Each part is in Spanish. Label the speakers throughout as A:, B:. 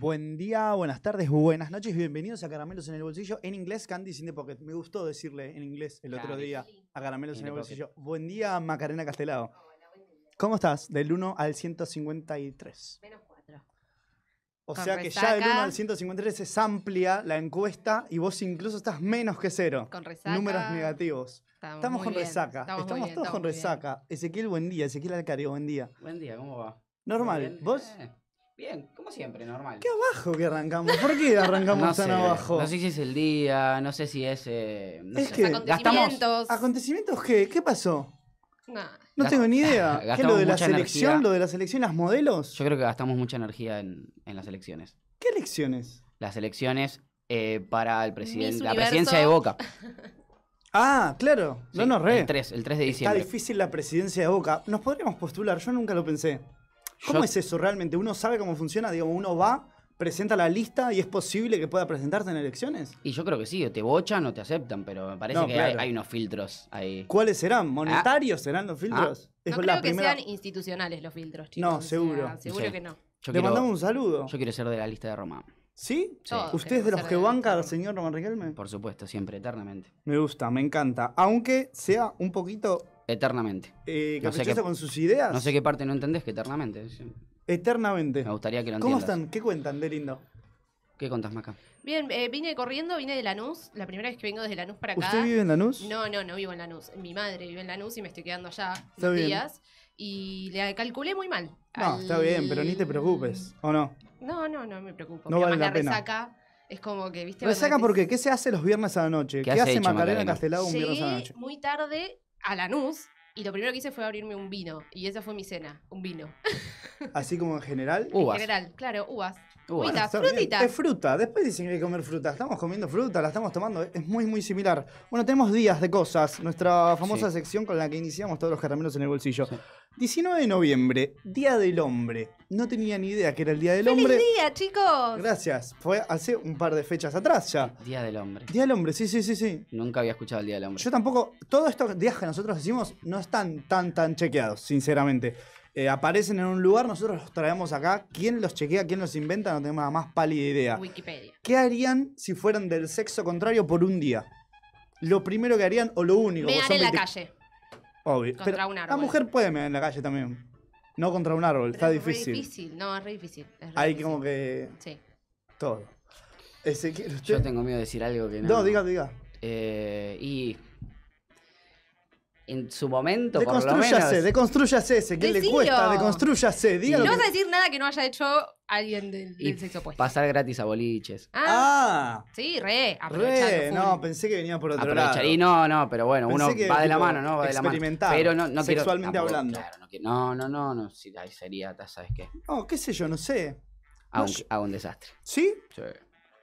A: buen día, buenas tardes, buenas noches, bienvenidos a Caramelos en el Bolsillo, en inglés Candice in the Pocket. Me gustó decirle en inglés el otro
B: Candice
A: día a Caramelos
B: in
A: en
B: the
A: el
B: Pocket.
A: Bolsillo. Buen día, Macarena Castelao. ¿Cómo estás? Del 1 al 153.
C: Menos cuatro.
A: O
C: Con
A: sea que ya del 1
C: resaca.
A: al 153 es amplia la encuesta y vos incluso estás menos que cero.
C: Con resaca.
A: Números negativos. Estamos
C: muy
A: con
C: bien,
A: resaca. Estamos,
C: muy bien,
A: todos
C: estamos
A: con
C: muy bien.
A: resaca. Ezequiel, buen día. Ezequiel Alcario, buen día.
B: Buen día, ¿cómo va?
A: Normal.
B: ¿Bien?
A: ¿Vos?
B: Eh, bien, como siempre, normal.
A: Qué abajo que arrancamos. ¿Por qué arrancamos tan
B: sé,
A: abajo?
B: No sé si es el día, no sé si es. eh, no
A: Es
B: sé.
A: que-
B: gastamos,
C: Acontecimientos.
A: ¿Acontecimientos qué? ¿Qué pasó?
C: Nah.
A: No
B: Gas-
A: tengo ni idea. ¿Qué
B: Gastamos
A: lo de la
B: mucha
A: selección?
B: energía.
A: ¿Lo de la selección? ¿Las modelos?
B: Yo creo que gastamos mucha energía en, en las elecciones.
A: ¿Qué elecciones?
B: Las elecciones eh, para el
C: Miss
B: presidente, la
C: Universo.
B: presidencia de Boca.
A: Ah, claro. No,
B: Sí,
A: no, re.
B: El 3, el 3 de
A: Está
B: diciembre.
A: difícil la presidencia de Boca. Nos podríamos postular, yo nunca lo pensé. ¿Cómo
B: Yo-
A: es eso realmente? ¿Uno sabe cómo funciona? Digamos, uno va, presenta la lista y es posible que pueda presentarse en elecciones.
B: Y yo creo que sí, o te bochan o te aceptan, pero me parece
A: No,
B: que
A: claro.
B: hay, hay unos filtros ahí.
A: ¿Cuáles serán? ¿Monetarios
B: Ah.
A: serán los filtros?
C: No
A: con
C: creo que sean institucionales los filtros, chicos.
A: No,
C: o sea,
A: seguro.
C: seguro
B: Sí.
C: que no.
B: Yo
A: Le
B: quiero-
A: mandamos un saludo.
B: Yo quiero ser de la lista de Roma.
A: ¿Sí?
B: Sí.
C: Todos
A: ¿Usted es de
C: queremos
A: los
C: ser
A: que banca al
C: Roma.
A: señor Román Riquelme?
B: Por supuesto, siempre, eternamente.
A: Me gusta, me encanta. Aunque sea un poquito
B: Eternamente.
A: eh,
B: No sé
A: caprichoso
B: qué-
A: con sus ideas.
B: No sé qué parte no entendés que eternamente. Sí.
A: Eternamente.
B: Me gustaría que lo
A: ¿Cómo
B: entiendas.
A: están? ¿Qué cuentan de lindo?
B: ¿Qué contás, Maca?
C: Bien, eh, vine corriendo, vine de Lanús. La primera vez que vengo desde Lanús para acá.
A: ¿Usted vive en Lanús?
C: No, no, no vivo en Lanús. Mi madre vive en Lanús y me estoy quedando allá
A: Está
C: unos
A: bien.
C: días. Y le calculé muy mal.
A: No,
C: al-
A: está bien, pero ni te preocupes. ¿O no?
C: No, no, no me preocupo.
A: No
C: Pero
A: vale
C: más
A: la pena.
C: resaca es como que, viste. cuando
A: Resaca
C: decís-
A: porque ¿qué se hace los viernes a la noche? ¿Qué,
B: ¿Qué has
A: hace
B: hecho,
A: Macarena
B: Macarena?
A: Castelao un viernes a la
C: Llegué
A: noche?
C: muy tarde a Lanús y lo primero que hice fue abrirme un vino. Y esa fue mi cena, un vino.
A: Así como en general.
C: En
B: Uvas.
C: general, claro, uvas.
B: uvas.
C: Uita.
A: está bien.
C: frutita.
A: Es fruta. Después dicen que hay que comer fruta. Estamos comiendo fruta, la estamos tomando. Es muy, muy similar. Bueno, tenemos días de cosas. Nuestra famosa
B: Sí.
A: sección con la que iniciamos todos los caramelos en el bolsillo. 19 de noviembre, Día del Hombre. No tenía ni idea que era el Día del Hombre.
C: ¡Feliz día, chicos!
A: Gracias. Fue hace un par de fechas atrás ya.
B: Día del Hombre.
A: Día del Hombre, sí, sí, sí, sí.
B: Nunca había escuchado el Día del Hombre.
A: Yo tampoco, todos estos días que nosotros decimos no están tan, tan chequeados, sinceramente. Eh, aparecen en un lugar, nosotros los traemos acá. ¿Quién los chequea, quién los inventa? No tenemos la más pálida idea.
C: Ah. Wikipedia.
A: ¿Qué harían si fueran del sexo contrario por un día? Lo primero que harían o lo único. porque
C: Mear
A: son
C: en la
A: 20
C: calle.
A: Obvio.
C: contra
A: Pero
C: un
A: La
C: árbol.
A: mujer puede mear en la calle también. No contra un árbol,
C: Pero
A: está
C: es re
A: difícil.
C: difícil, no, es re difícil. es re
A: Hay
C: difícil.
A: como que
C: Sí.
A: todo. Ezequiel, usted-
B: Yo tengo miedo de decir algo que no.
A: No, diga, diga.
B: Eh, y. En su momento, por lo menos.
A: Deconstrúyase, deconstrúyase, Ezequiel, le
C: Decilo.
A: cuesta, deconstrúyase, diga lo
C: No
A: que-
C: vas a decir nada que no haya hecho alguien del,
B: y
C: del sexo opuesto.
B: pasar gratis a boliches.
C: Ah,
A: Ah,
C: sí, re.
A: re,
C: aprovecharlo
A: no,
C: full.
A: pensé que venía por otro lado.
B: Aprovechar. Y no, no, pero bueno,
A: Pensé
B: uno
A: que,
B: va de la
A: tipo,
B: mano, ¿no? Va de la mano.
A: experimentar,
B: Pero no, no quiero.
A: sexualmente hablando.
B: Claro, no, quiero- no, no, no, no. sí, ahí sería, ta- ¿sabes qué?
A: No, qué sé yo, no sé.
B: Hago,
A: No,
B: un-
A: yo- Eh,
B: hago un desastre.
A: ¿Sí?
B: Sí,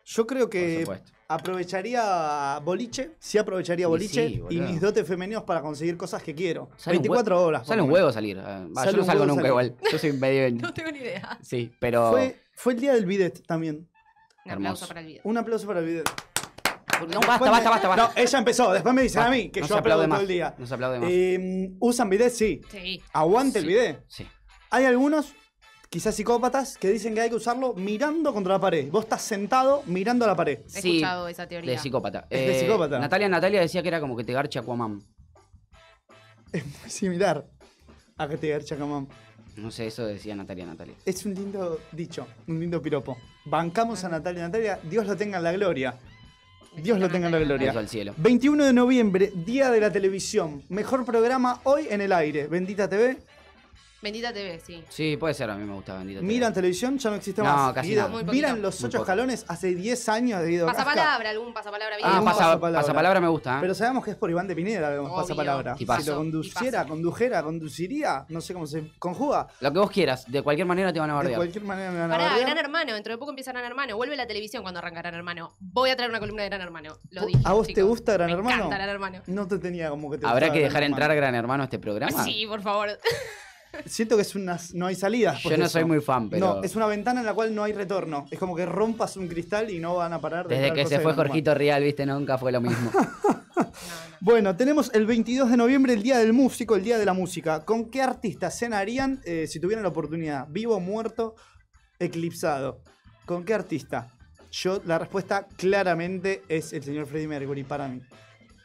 A: Yo creo
B: por
A: que
B: supuesto.
A: aprovecharía boliche, sí aprovecharía
B: Y
A: boliche
B: sí,
A: y
B: boludo.
A: mis dotes femeninos para conseguir cosas que quiero.
B: Sale un hue-
A: 24 horas. por
B: Sale
A: lo
B: un
A: menos.
B: huevo salir. eh, va,
A: Sale
B: yo no
A: un
B: salgo
A: huevo
B: nunca
A: salir.
B: igual. Yo soy medio.
C: No tengo ni idea.
B: Sí, pero.
A: Fue, fue el día del bidet también.
C: Un aplauso
B: Hermoso.
C: para el video.
A: Un aplauso para el bidet.
B: No, basta,
A: Después
B: basta,
A: me-
B: basta, basta.
A: No, ella empezó, después me dice a mí que
B: No
A: yo
B: se
A: aplaudo
B: aplaude
A: todo
B: más.
A: el día.
B: No se aplaude más.
A: Eh, ¿Usan bidet? Sí.
C: Sí.
A: Aguante el
B: Sí.
A: bidet.
B: Sí.
A: Hay algunos, quizás psicópatas, que dicen que hay que usarlo mirando contra la pared. Vos estás sentado mirando a la pared.
C: He
B: Sí,
C: escuchado esa teoría.
B: De psicópata.
A: Es de
B: Eh,
A: psicópata.
B: Natalia, Natalia decía que era como que te garcha Aquaman.
A: Muy similar a que te garcha Camón.
B: No sé, eso decía Natalia, Natalia.
A: Es un lindo dicho, un lindo piropo. Bancamos a Natalia. Natalia, Dios lo tenga en la gloria. Dios lo tenga en la gloria.
B: Eso al cielo.
A: 21 de noviembre, Día de la Televisión. Mejor programa hoy en el aire. Bendita TV.
C: Bendita TV, sí.
B: Sí, puede ser, a mí me gusta Bendita. TV.
A: Miran televisión, ya no existe
B: No,
A: más.
B: casi
A: Guido-
B: nada.
C: Muy poquito.
A: Miran los
B: Muy
A: ocho
B: poco.
A: escalones hace 10 años de Guido Casca.
C: Pasapalabra, algún pasapalabra. bien.
B: Ah,
A: Algún
B: pasa,
A: pasapalabra.
B: pasapalabra me gusta. ¿eh?
A: Pero sabemos que es por Iván de Pineda, digamos,
C: Obvio.
A: pasapalabra. Si
B: Tipazo,
A: lo conduciera,
C: tipazo.
A: condujera, conduciría, no sé cómo se conjuga.
B: Lo que vos quieras, de cualquier manera te van a
A: De
B: bardear.
A: cualquier manera me van a
C: Pará,
A: bardear.
C: Gran Hermano, dentro de poco empieza Gran Hermano. Vuelve la televisión cuando arranca Gran Hermano. Voy a traer una columna de Gran Hermano. Lo
A: ¿Vo-
C: dije.
A: a vos te
C: chicos.
A: gusta Gran
C: Me
A: Hermano?
C: encanta Gran Hermano.
A: No te tenía como que te
B: ¿Habrá
A: gustaba
B: que
A: Gran
B: dejar entrar
A: Hermano.
B: a Gran Hermano a este programa?
C: Sí, por favor.
A: Siento que es unas, no hay salida. después
B: Yo no
A: de Ah, eso.
B: soy muy fan, pero-
A: No, es una ventana en la cual no hay retorno. Es como que rompas un cristal y no van a parar de
B: Desde
A: entrar
B: que
A: cosas
B: se
A: de
B: fue
A: Gran
B: Jorgito Rial, viste, nunca fue lo mismo.
A: Hermano. Bueno, tenemos el 22 de noviembre, el Día del Músico, el Día de la Música. ¿Con qué artista cenarían eh, si tuvieran la oportunidad? Vivo, muerto, eclipsado. ¿con qué artista? Yo, la respuesta claramente es el señor Freddie Mercury para mí.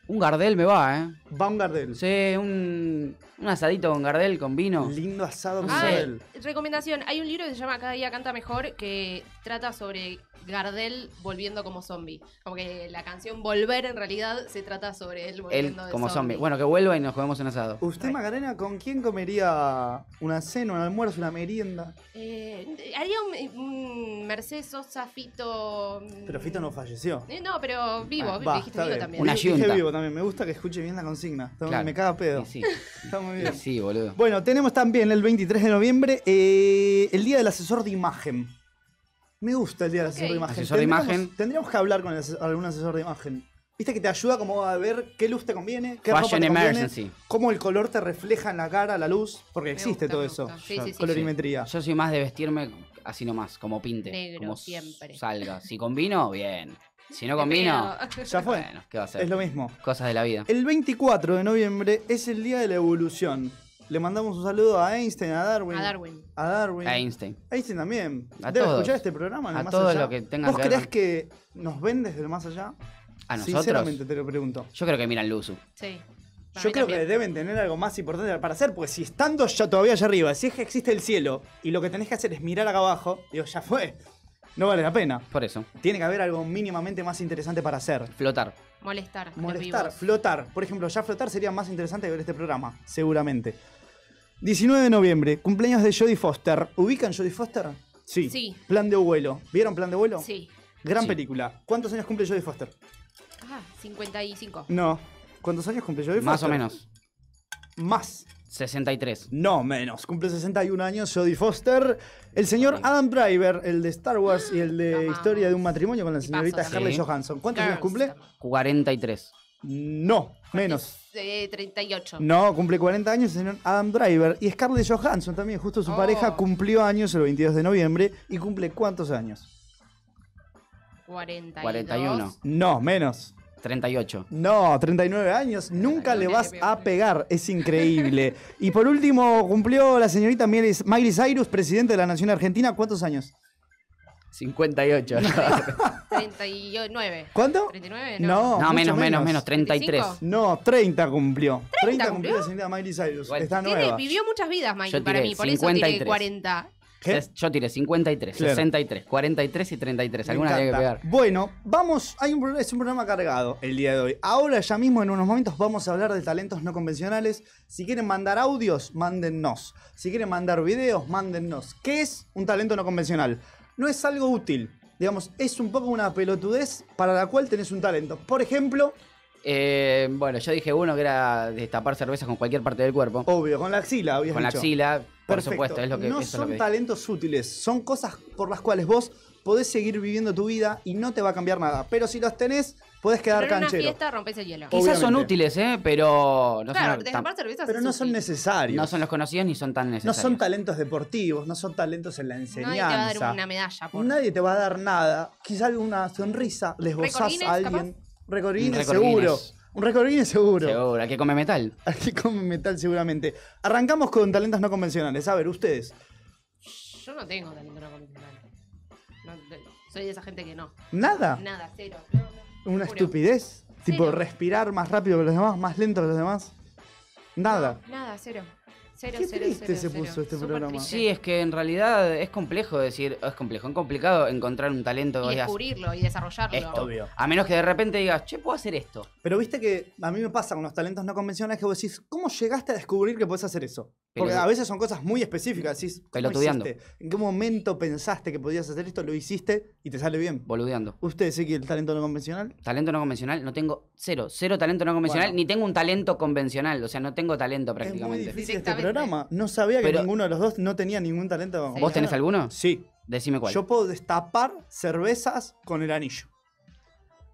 B: Un Gardel me va, ¿eh?
A: Baumgartel.
B: Sí, un, un asadito con Gardel, con vino.
A: Lindo asado con
B: No Ah, sé.
A: Gardel.
C: Recomendación, hay un libro que se llama Cada día canta mejor que trata sobre Gardel volviendo como zombie. Como que la canción Volver en realidad se trata sobre él
B: Él
C: volviendo de
B: como zombie.
C: zombie.
B: Bueno, que vuelva y nos comemos un asado.
A: ¿Usted, Macarena, con quién comería una cena, un almuerzo, una merienda?
C: Eh, haría un, un Mercedes Sosa Fito. mm,
A: Pero Fito no falleció.
C: Eh, no, pero vivo,
B: Ah,
C: vi-
A: Va,
C: dijiste
A: está
C: vivo
A: bien.
C: también.
B: Una
A: Dije
B: yunta.
A: vivo también. Me gusta que escuche bien la consigna. Está-
B: Claro.
A: Me caga pedo.
B: Y sí,
A: Está muy
B: y
A: bien.
B: sí, boludo.
A: Bueno, tenemos también el 23 de noviembre eh, el Día del Asesor de Imagen. Me gusta el Día del Asesor de
C: Ok.
A: Imagen.
B: Asesor de
A: Tendríamos-
B: imagen.
A: Tendríamos que hablar con el ases- algún asesor de imagen. Viste que te ayuda como a ver qué luz te conviene, qué ropa
B: Fashion
A: te conviene,
B: emergency.
A: cómo el color te refleja en la cara, la luz, porque
C: Me
A: existe
C: gusta,
A: todo
C: me
A: eso.
C: gusta. Sí, sí, sí.
A: Colorimetría.
B: Yo soy más de vestirme así nomás, como pinte.
C: Negro,
B: como
C: siempre.
B: Salga. Si con vino, bien. Si no con
C: Pero-
B: vino,
A: Ya fue.
B: bueno, ¿qué va a
A: Es
B: ser?
A: lo mismo.
B: Cosas de la vida.
A: El 24 de noviembre es el Día de la Evolución. Le mandamos un saludo a Einstein, a Darwin.
C: A Darwin.
A: A Darwin.
B: A Einstein.
A: Einstein también.
B: A
A: Debe
B: todos.
A: escuchar este programa. en el
B: A
A: más
B: todo
A: allá.
B: lo que tenga
A: ¿Vos
B: que ver
A: crees
B: con-
A: que nos ven desde el más allá?
B: A nosotros.
A: Sinceramente te lo pregunto.
B: Yo creo que miran Luzu.
C: Sí. Para
A: Yo
C: mí
A: creo que
C: también.
A: deben tener algo más importante para hacer, porque si estando ya todavía allá arriba, si es que existe el cielo y lo que tenés que hacer es mirar acá abajo, digo, ya fue. No vale la pena.
B: Por eso.
A: Tiene que haber algo mínimamente más interesante para hacer.
B: Flotar.
C: Molestar. a los
A: Molestar,
C: vivos.
A: flotar. Por ejemplo, ya flotar sería más interesante que ver este programa, seguramente. 19 de noviembre, cumpleaños de Jodie Foster. ¿Ubican Jodie Foster? Sí.
C: Sí.
A: Plan de vuelo. ¿Vieron Plan de vuelo?
C: Sí.
A: Gran
B: Sí.
A: película. ¿Cuántos años cumple Jodie Foster?
C: Ah, 55.
A: No. ¿Cuántos años cumple Jodie Foster?
B: Más o menos.
A: Más.
B: 63.
A: No menos. Cumple 61 años Jodie Foster. El señor Adam Driver, el de Star Wars y el de
C: Lo amamos.
A: Historia de un matrimonio con la
C: Tipazo
A: señorita
C: también.
A: Harley
B: Sí.
A: Johansson. ¿Cuántos años
C: Girls
A: cumple?
C: también.
B: 43.
A: No, menos.
C: Eh, 38.
A: No, cumple 40 años el señor Adam Driver. Y Scarlett Johansson también, justo su
C: Oh.
A: pareja, cumplió años el 22 de noviembre. ¿Y cumple cuántos años?
C: 42.
B: 41.
A: No, menos.
B: 38.
A: No, 39 años, nunca le vas a pegar, es increíble. Y por último, cumplió la señorita Miley Miley Cyrus, presidente de la Nación Argentina, ¿cuántos años?
B: 58. No,
C: 39.
A: ¿Cuánto?
C: 39,
A: No,
C: no.
A: mucho
B: menos, menos,
A: menos.
B: menos. 33.
C: 35.
A: No, 30 cumplió. 30, cumplió
C: cumplió?
A: la señorita Miley Cyrus,
B: Bueno.
A: está
C: Tiene-
A: nueva.
C: vivió muchas vidas,
B: Yo
C: Mike, para
B: tiré
C: mí. Por eso tiene
B: 53.
C: 40.
A: ¿Qué?
B: Ses- Yo tiré 53,
A: Claro.
B: 63, 43 y 33.
A: Me
B: Alguna tiene que
A: encanta.
B: pegar.
A: Bueno, vamos, hay un, pro- es un programa cargado el día de hoy. Ahora ya mismo en unos momentos vamos a hablar de talentos no convencionales. Si quieren mandar audios, mándennos. Si quieren mandar videos, mándennos. ¿Qué es un talento no convencional? No es algo útil. Digamos, es un poco una pelotudez para la cual tenés un talento. Por ejemplo,
B: Eh, bueno, yo dije uno que era destapar cervezas con cualquier parte del cuerpo.
A: obvio, con la axila, habías
B: con la
A: dicho.
B: axila, por
A: Perfecto.
B: supuesto, es lo que
A: no
B: eso es lo
A: son
B: que-
A: talentos útiles, son cosas por las cuales vos podés seguir viviendo tu vida y no te va a cambiar nada. Pero si los tenés, podés
C: Pero
A: quedar
C: en una
A: canchero.
C: fiesta rompes el hielo.
A: Oh,
B: Quizás son
A: Obviamente.
B: útiles, ¿eh? Pero no,
C: claro,
B: son, tan-
C: destapar cervezas
A: Pero
C: es
A: no son
C: útil.
A: necesarios.
B: no son los conocidos ni son tan
A: No
B: necesarios.
A: son talentos deportivos, no son talentos en la
C: Nadie te va a
A: enseñanza.
C: dar una medalla por...
A: Nadie te va a dar nada. Quizá alguna sonrisa les
C: ¿Récord
A: gozás
C: Guinness,
A: a alguien. Récord Guinness,
B: récord
A: seguro.
B: Guinness.
A: Un récord Guinness seguro.
B: Seguro, el que come metal.
A: Aquí come metal seguramente. Arrancamos con talentos no convencionales. A ver, ustedes.
C: Yo no tengo talento no convencional. No, de- soy de esa gente que no.
A: Nada.
C: Nada, cero. No, no.
A: Una
C: Juro.
A: estupidez. Tipo,
C: Cero.
A: respirar más rápido que los demás, más lento que los demás. Nada.
C: Nada, cero. Cero,
A: Qué
C: cero,
A: triste
C: cero,
A: se
C: cero.
A: puso este
C: Súper
A: programa.
C: triste.
B: Sí, es que en realidad es complejo decir, es complejo, es complicado encontrar un talento que
C: Y
B: vos digas,
C: descubrirlo y desarrollarlo.
B: esto.
A: Obvio.
B: A menos que de repente digas, che, puedo hacer esto.
A: Pero viste que a mí me pasa con los talentos no convencionales que vos decís, ¿cómo llegaste a descubrir que podés hacer eso? Porque
B: Pero-
A: a veces son cosas muy específicas. Decís, ¿cómo
B: Pelotudeando.
A: hiciste? ¿En qué momento pensaste que podías hacer esto? Lo hiciste y te sale bien.
B: Boludeando.
A: ¿Usted sí que el talento no convencional?
B: Talento no convencional, no tengo cero, cero talento no convencional,
A: Bueno.
B: ni tengo un talento convencional, o sea, no tengo talento
A: Es muy
B: prácticamente.
A: difícil este
C: Directamente.
A: programa. No sabía que
B: Pero-
A: ninguno de los dos no tenía ningún talento convencional.
B: ¿Vos tenés alguno?
A: Sí.
B: Decime cuál.
A: Yo puedo destapar cervezas con el anillo.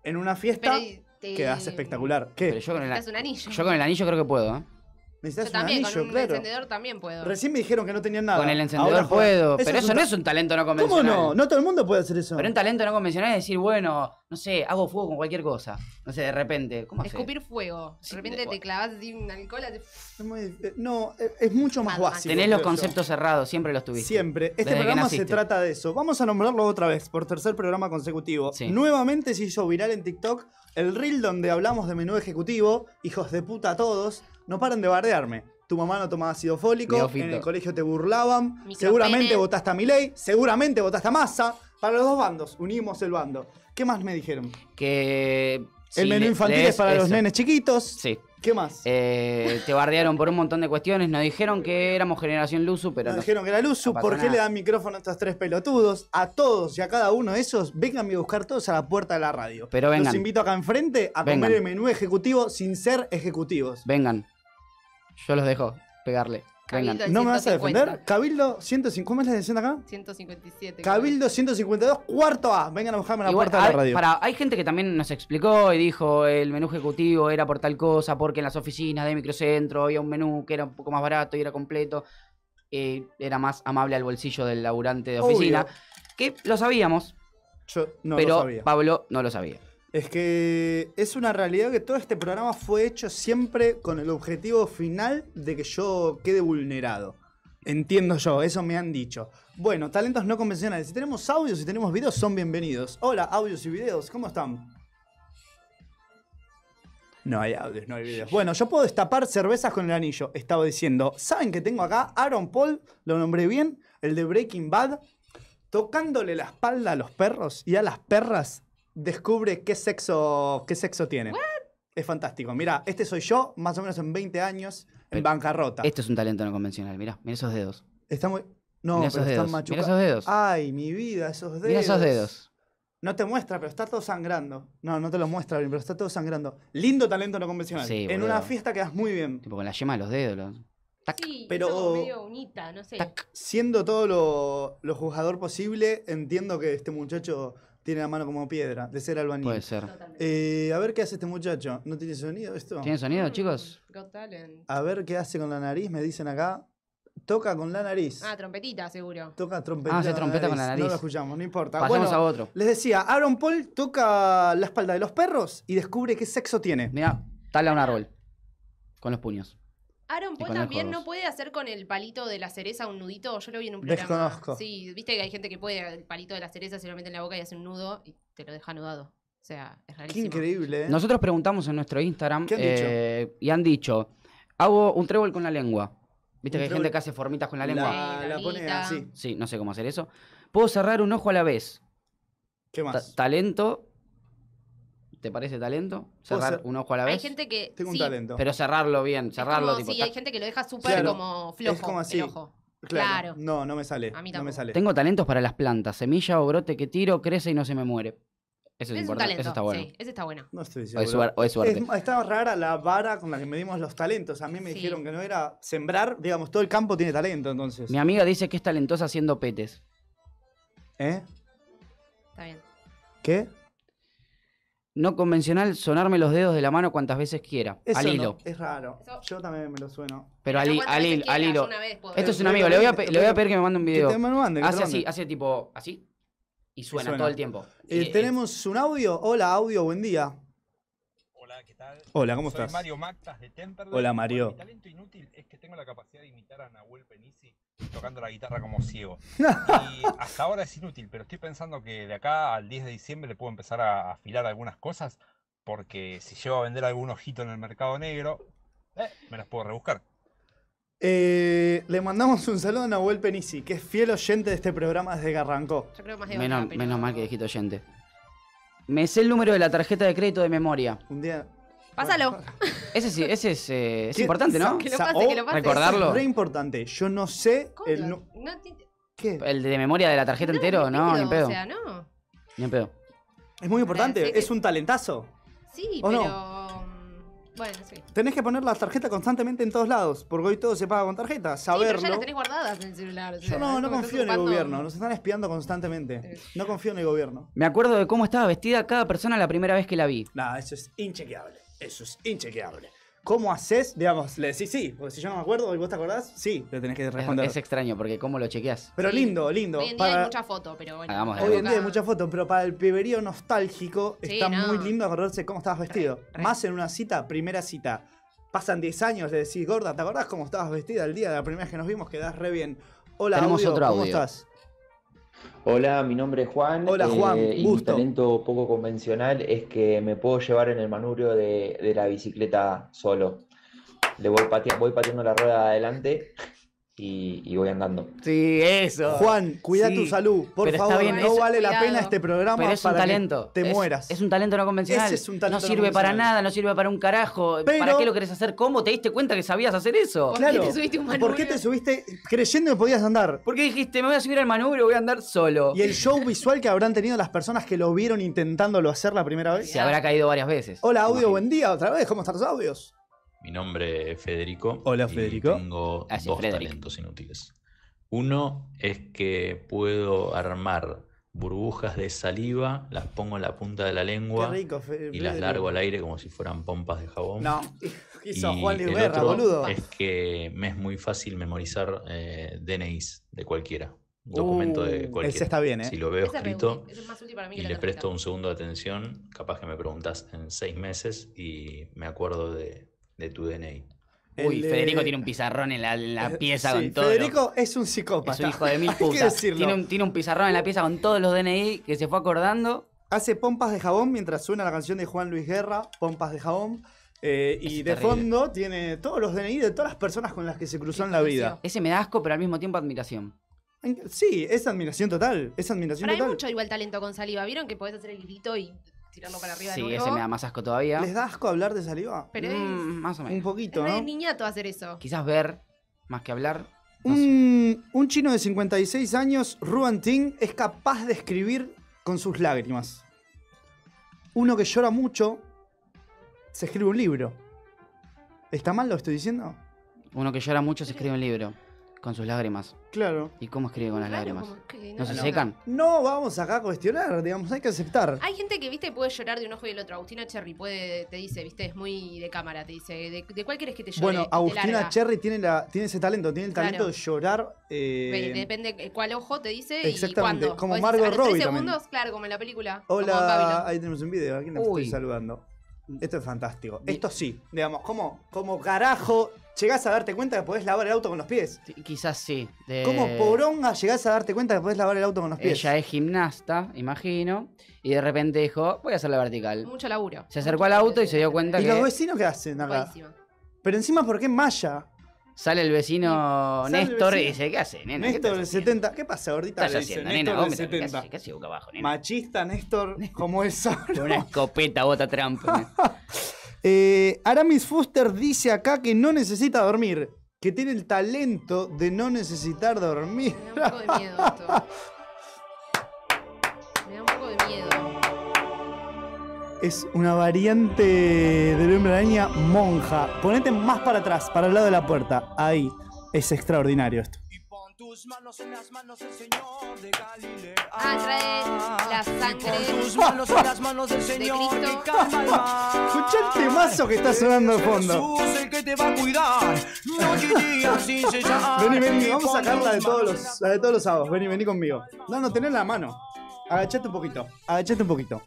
A: En una fiesta
C: Pero, eh,
A: quedas espectacular. ¿Qué?
B: Pero yo con el,
C: necesitas un anillo.
B: yo con el anillo creo que puedo, ¿eh?
C: Yo
A: Necesitas un
C: también,
A: anillo,
C: con un
A: claro.
C: encendedor también puedo.
A: Recién me dijeron que no tenían nada.
B: Con el encendedor
A: Ahora joder.
B: puedo, pero
A: es
B: eso
A: un-
B: no es un talento no
A: ¿Cómo
B: convencional.
A: no? No todo el mundo puede hacer eso.
B: Pero un talento no convencional es decir, bueno, no sé, hago fuego con cualquier cosa. No sé, de repente, ¿cómo haces?
C: Escupir fuego.
B: Sí,
C: De repente
B: de-
C: te clavas así un alcohol. así-
A: Es muy- eh, no, eh, es mucho más
C: Madonna.
A: básico.
B: Tenés
A: creo
B: los
A: yo.
B: conceptos cerrados, siempre los tuviste.
A: Siempre. Este
B: Desde que
A: programa se
B: naciste.
A: trata de eso. Vamos a nombrarlo otra vez, por tercer programa consecutivo.
B: Sí.
A: Nuevamente se hizo viral en TikTok el reel donde hablamos de menú ejecutivo. Hijos de puta todos. No paran de bardearme. Tu mamá no tomaba ácido fólico.
B: Neofito.
A: En el colegio te burlaban.
C: Micropene.
A: Seguramente votaste a Milei. Seguramente votaste a Massa. Para los dos bandos. Unimos el bando. ¿Qué más me dijeron?
B: Que. si
A: el menú
B: le-
A: infantil
B: lees
A: es para los
B: eso.
A: nenes chiquitos.
B: Sí.
A: ¿Qué más?
B: Eh, te bardearon por un montón de cuestiones. Nos dijeron que éramos generación Luzu, pero
A: Nos
B: no.
A: dijeron que era Luzu,
B: no pasó
A: ¿por qué
B: nada.
A: le dan micrófono a estos tres pelotudos? A todos y a cada uno de esos, vengan a buscar todos a la puerta de la radio.
B: Pero
A: Los
B: vengan.
A: invito acá enfrente a comer
B: Vengan.
A: el menú ejecutivo sin ser ejecutivos.
B: Vengan. Yo los dejo pegarle. Vengan.
C: Cabildo.
A: ¿No me vas a
C: 150.
A: defender? Cabildo 150, ¿cómo es la diciendo acá?
C: 157. creo.
A: Cabildo 152, cuarto A. Vengan a buscarme a la
B: Igual,
A: puerta de
B: hay,
A: la radio.
B: pará, hay gente que también nos explicó y dijo el menú ejecutivo era por tal cosa, porque en las oficinas de microcentro había un menú que era un poco más barato y era completo. eh, era más amable al bolsillo del laburante de
A: Obvio.
B: oficina. Que lo sabíamos,
A: Yo no
B: pero
A: lo sabía.
B: Pablo no lo sabía.
A: Es que es una realidad que todo este programa fue hecho siempre con el objetivo final de que yo quede vulnerado. Entiendo yo, eso me han dicho. Bueno, talentos no convencionales. Si tenemos audios y tenemos videos, son bienvenidos. Hola, audios y videos, ¿cómo están? No hay audios, no hay videos. Bueno, yo puedo destapar cervezas con el anillo. Estaba diciendo, ¿saben que tengo acá? Aaron Paul, lo nombré bien, el de Breaking Bad, tocándole la espalda a los perros y a las perras, descubre qué sexo, qué sexo tiene. Es fantástico. Mira, este soy yo, más o menos en 20 años, en
B: Pero
A: bancarrota.
B: Esto es un talento no convencional, mirá, mirá esos dedos.
A: Está muy. No,
B: mirá
A: pero
B: esos
A: están
B: dedos. Mirá
A: machucados.
B: esos dedos.
A: Ay, mi vida, esos dedos.
B: Mirá esos dedos.
A: No te muestra, pero está todo sangrando. No, no te lo muestra bien, pero está todo sangrando. Lindo talento no convencional.
B: Sí,
A: en
B: boludo.
A: una fiesta quedas muy bien.
B: Tipo con la yema de los dedos. los-
C: Sí,
A: Pero-
C: pero medio unita, no sé.
B: Tac.
A: Siendo todo lo, lo juzgador posible, entiendo que este muchacho tiene la mano como piedra, de ser albañil.
B: Puede ser.
C: Totalmente.
A: Eh, a ver qué hace este muchacho. ¿No tiene sonido esto?
B: ¿Tienen sonido, chicos?
C: Mm, Got Talent.
A: A ver qué hace con la nariz, me dicen acá. Toca con la nariz.
C: Ah, trompetita, seguro.
A: Toca trompeta.
B: Ah, hace trompeta con la
A: No
B: nariz.
A: lo escuchamos, no importa.
B: Pasemos
A: Bueno,
B: a otro.
A: Les decía, Aaron Paul toca la espalda de los perros y descubre qué sexo tiene.
B: Mirá, tala un árbol. Con los puños.
C: Aaron
B: Y
C: Paul
B: con los
C: también
B: codos.
C: no puede hacer con el palito de la cereza un nudito. Yo lo vi en un programa.
A: Desconozco.
C: Sí, viste que hay gente que puede el palito de la cereza se lo mete en la boca y hace un nudo y te lo deja anudado. O sea, es
A: Qué
C: rarísimo.
A: increíble, ¿eh?
B: Nosotros preguntamos en nuestro Instagram
A: ¿Qué han dicho?
B: eh, y han dicho, hago un trébol con la lengua. Viste
A: Un
B: que hay
A: trébol-
B: gente que hace formitas con la lengua.
A: La, la pone
C: Lanita.
A: así.
B: Sí, no sé cómo hacer eso. Puedo cerrar un ojo a la vez.
A: ¿Qué
B: Ta-
A: más?
B: talento. ¿Te parece talento?
A: Puedo
B: Cerrar
A: ser-
B: un ojo a la
C: Hay
B: vez.
C: gente que.
A: Tengo un
C: sí,
A: talento.
B: Pero cerrarlo bien,
C: es
B: cerrarlo
C: como-
B: tipo.
C: sí,
B: tac.
C: hay gente que lo deja súper
A: Claro.
C: como flojo.
A: Es como así.
C: El ojo. Claro.
A: No, no me sale.
C: A mí
A: no
C: tampoco.
A: me sale.
B: Tengo talentos para las plantas, semilla o brote que tiro, crece y no se me muere. Eso es,
C: Ese es un
B: importante,
C: talento.
B: eso está bueno.
C: Sí, ese está bueno.
A: No estoy
B: O, es
A: seguro.
B: suer- o es suerte.
A: Es- estaba rara la vara con la que medimos los talentos. A mí me
C: Sí.
A: dijeron que no era sembrar, digamos, todo el campo tiene talento, entonces.
B: Mi amiga dice que es talentosa haciendo petes.
A: ¿Eh?
C: Está bien.
A: ¿Qué?
B: No convencional, sonarme los dedos de la mano cuantas veces quiera.
A: Eso
B: al
A: no,
B: hilo.
A: es raro.
C: Eso-
A: Yo también me lo sueno.
B: Pero al,
C: No,
B: hi-
C: ¿cuántas
B: al
C: veces
B: hil- al
C: quieras?
B: hilo.
C: Una vez puedo.
B: Esto es un
A: Pero
B: amigo, le voy, a,
A: también-
B: pe- le voy a pedir que me mande un video.
A: Que te me lo manden, que te
B: Hace
A: lo
B: así,
A: manden.
B: hace tipo así. Y suena,
A: suena.
B: todo el tiempo.
A: Eh,
B: Y-
A: tenemos un audio. Hola, audio, buen día.
D: Hola, ¿qué tal?
A: Hola, ¿cómo
D: Soy
A: estás?
D: Mario Mactas de Temperley.
A: Hola, Mario.
D: mi talento inútil es que tengo la capacidad de imitar a Nahuel Penisi tocando la guitarra como ciego. Y hasta ahora es inútil, pero estoy pensando que de acá al 10 de diciembre le puedo empezar a afilar algunas cosas, porque si llego a vender algún ojito en el mercado negro, eh, me las puedo rebuscar.
A: Eh, le mandamos un saludo a Nahuel Penisi, que es fiel oyente de este programa desde que arrancó.
C: Yo creo más de
B: menos,
C: otra, pero-
B: menos mal que dijiste oyente. Me sé el número de la tarjeta de crédito de memoria.
A: Un día.
C: Pásalo.
B: Ese sí, ese es, eh, es
A: ¿Qué?
B: importante, ¿no?
C: Que lo
A: Sa-
C: pase, que
A: oh,
C: lo pase.
B: recordarlo.
A: Es re importante. Yo no sé
C: ¿Cómo
A: el.
C: lo-
A: nu-
C: no ti-
A: ¿Qué?
B: El de memoria de la tarjeta entero, no, ni en pedo.
C: O sea, no.
B: Ni en pedo.
A: Es muy importante.
C: Ah, sí que-
A: Es un talentazo.
C: Sí,
A: ¿O no?
C: pero. mm, Bueno, sí.
A: Tenés que poner la tarjeta constantemente en todos lados, porque hoy todo se paga con tarjeta.
C: Sí, pero ya
A: Saberlo.
C: las tenés guardadas en el celular. o sea,
A: Yo no,
C: es
A: no
C: como
A: confío en el
C: estás ocupando-
A: gobierno. Nos están espiando constantemente.
C: Sí.
A: No confío en el gobierno.
B: Me acuerdo de cómo estaba vestida cada persona la primera vez que la vi.
A: Nada, eso es inchequeable. Eso es inchequeable. ¿Cómo haces? Digamos, le decís sí, porque si yo no me acuerdo y vos te acordás, sí, le tenés que
B: Es,
A: responder.
B: es extraño porque cómo lo chequeas.
A: Pero
C: Sí.
A: lindo, lindo.
C: Hoy en día hay
A: Para-
C: mucha foto, pero bueno.
B: Hagamos
A: Hoy en día hay
C: Ah,
A: muchas fotos, pero para el piberío nostálgico
C: Sí,
A: está
C: no.
A: muy lindo acordarse cómo estabas vestido.
B: re.
A: Más en una cita, primera cita. Pasan 10 años, le decís, gorda, ¿te acordás cómo estabas vestida el día de la primera vez que nos vimos? Quedás re bien. Hola,
B: Tenemos
A: audio,
B: otro
A: ¿cómo
B: audio.
A: estás?
E: Hola, mi nombre es Juan. Eh,
A: Hola, Juan,
E: y mi
A: gusto.
E: talento poco convencional es que me puedo llevar en el manubrio de, de la bicicleta solo. Le voy, patea- voy pateando la rueda de adelante y- y voy andando.
B: Sí, eso.
A: Juan, cuida
B: Sí,
A: tu salud. Por
B: pero está
A: favor,
B: bien,
A: no
C: es-
A: vale la
C: cuidado.
A: pena este programa
B: Pero es un
A: para que
B: talento.
A: te
B: Es-
A: mueras.
B: Es un talento no convencional.
A: Ese es un talento
B: no
A: no
B: sirve para
A: convencional.
B: nada, no sirve para un carajo. ¿Para
A: Pero-
B: qué lo querés hacer? ¿Cómo te diste cuenta que sabías hacer eso?
C: ¿Por
A: Claro.
C: qué te subiste un manubrio?
A: ¿Por qué te subiste creyendo que podías andar?
B: Porque dijiste, me voy a subir al manubrio, voy a andar solo.
A: Y el show visual que habrán tenido las personas que lo vieron intentándolo hacer la primera vez.
B: Se habrá caído varias veces.
A: Hola, audio,
B: Imagino.
A: buen día, otra vez, ¿cómo están los audios?
F: Mi nombre es Federico.
A: Hola,
F: y
A: Federico.
F: tengo
B: Ah, sí,
F: dos
B: Frederick.
F: talentos inútiles. Uno es que puedo armar burbujas de saliva, las pongo en la punta de la
A: Qué
F: lengua
A: rico, Fe-
F: y las
A: Federico.
F: largo al aire como si fueran pompas de jabón.
A: No, hizo
F: Y
A: Juan Luis
F: el
A: Guerra,
F: otro
A: boludo.
F: Es que me es muy fácil memorizar eh, DNIs de cualquiera, documento de
A: Uh,
F: cualquiera.
A: ese está bien, ¿eh?
F: Si lo veo
C: Esa es re
F: escrito
C: útil, es más útil para mí que
F: y
C: la
F: le
C: tarjeta.
F: presto un segundo de atención, capaz que me preguntas en seis meses y me acuerdo de, de tu DNI.
B: Uy,
A: El de-
B: Federico tiene un pizarrón en la, en la
A: Eh,
B: pieza
A: sí,
B: con todo.
A: Federico es un
B: Es un
A: psicópata.
B: hijo de mil
A: que
B: putas.
A: decirlo.
B: Tiene un, tiene un pizarrón en la pieza con todos los DNI que se fue acordando.
A: Hace pompas de jabón mientras suena la canción de Juan Luis Guerra, pompas de jabón. eh, y
B: Es
A: de
B: terrible.
A: fondo tiene todos los DNI de todas las personas con las que se cruzó en la vida.
B: Ese me da asco, pero al mismo tiempo admiración.
A: Sí, es admiración total. Es admiración
C: Pero hay
A: total.
C: mucho igual talento con saliva. ¿Vieron que podés hacer el grito y tirarlo para arriba de
B: Sí,
C: nuevo?
B: ese me da más asco todavía.
A: ¿Les da asco hablar de saliva?
C: Pero es-
B: Mm, más o menos.
A: Un
C: es
A: poquito,
C: re
A: ¿no?
C: niñato hacer eso.
B: Quizás ver, más que hablar. no sé.
A: Un, un chino de 56 años, Ruan Ting, es capaz de escribir con sus lágrimas. Uno que llora mucho, se escribe un libro. ¿Está mal lo que estoy diciendo?
B: Uno que llora mucho se escribe un libro con sus lágrimas.
A: Claro.
B: ¿Y cómo escribe con las
C: Claro,
B: lágrimas?
C: como que
B: ¿No se
C: entiendo.
B: secan?
A: No vamos acá a cuestionar, digamos, hay que aceptar.
C: Hay gente que, viste, puede llorar de un ojo y del otro. Agustina Cherry puede, te dice, viste, es muy de cámara, te dice, ¿de, de cuál quieres que te llore?
A: Bueno,
C: Que te
A: Agustina
C: larga.
A: Cherry tiene, la, tiene ese talento, tiene el
C: Claro.
A: talento de llorar. eh,
C: Ve- Depende de cuál ojo te dice y
A: Exactamente,
C: cuándo.
A: como
C: Vos decís,
A: Margot
C: a los tres
A: Robbie también.
C: segundos, claro, como en la película. como en
A: Hola,
C: Babylon.
A: ahí tenemos un video, aquí nos
B: Uy.
A: estoy saludando. Esto es fantástico.
B: Bien.
A: Esto sí, digamos, como, como carajo llegás a darte cuenta que podés lavar el auto con los pies.
B: Sí, Quizás sí. De-
A: Como poronga llegás a darte cuenta que podés lavar el auto con los pies.
B: Eh. Ella es gimnasta, imagino. Y de repente dijo, voy a hacer la vertical.
C: Mucho laburo.
B: Se acercó al auto y se dio cuenta
A: eh, ¿Y
B: que-
A: los vecinos qué hacen acá?
C: Buenísimo.
A: Pero encima, ¿por qué Maya?
B: Sale el vecino
A: Sale el
B: Néstor y
A: vecino.
B: dice, ¿qué hace, nena? ¿Qué
A: Néstor del
B: estás haciendo?
A: 70. ¿Qué pasa, gordita?
B: ¿Qué estás
A: Le dice,
B: haciendo, nena?
A: Néstor
B: Vos
A: del
B: me tenés- ¿Qué haces?
A: 70.
B: ¿Qué haces boca abajo, nena?
A: Machista, Néstor, como él sabe.
B: Con una escopeta bota Trump.
A: Ah,
B: nena.
A: Eh, Aramis Fuster dice acá que no necesita dormir. Que tiene el talento de no necesitar dormir.
C: Me da un poco de miedo esto. Me da un poco de miedo.
A: Es una variante del hombre araña monja. Ponete más para atrás, para el lado de la puerta. Ahí. Es extraordinario esto.
G: Y pon tus manos en las manos del Señor de Galilea.
C: Ah, trae la sangre
G: Pon tus manos en las manos del Señor
C: Cristo.
G: que calma el mar.
A: Escuchá el temazo que está sonando de fondo.
G: Jesús el que te va a cuidar. Noche y día sin cesar.
A: Vení, vení,
G: Y
A: vamos a
G: pon
A: sacar la de
G: tus
A: todos
G: manos en
A: los,
G: las
A: la de todos los sábados. Vení, vení conmigo. No, no, tenés la mano. Agachate un poquito. Agachate un poquito.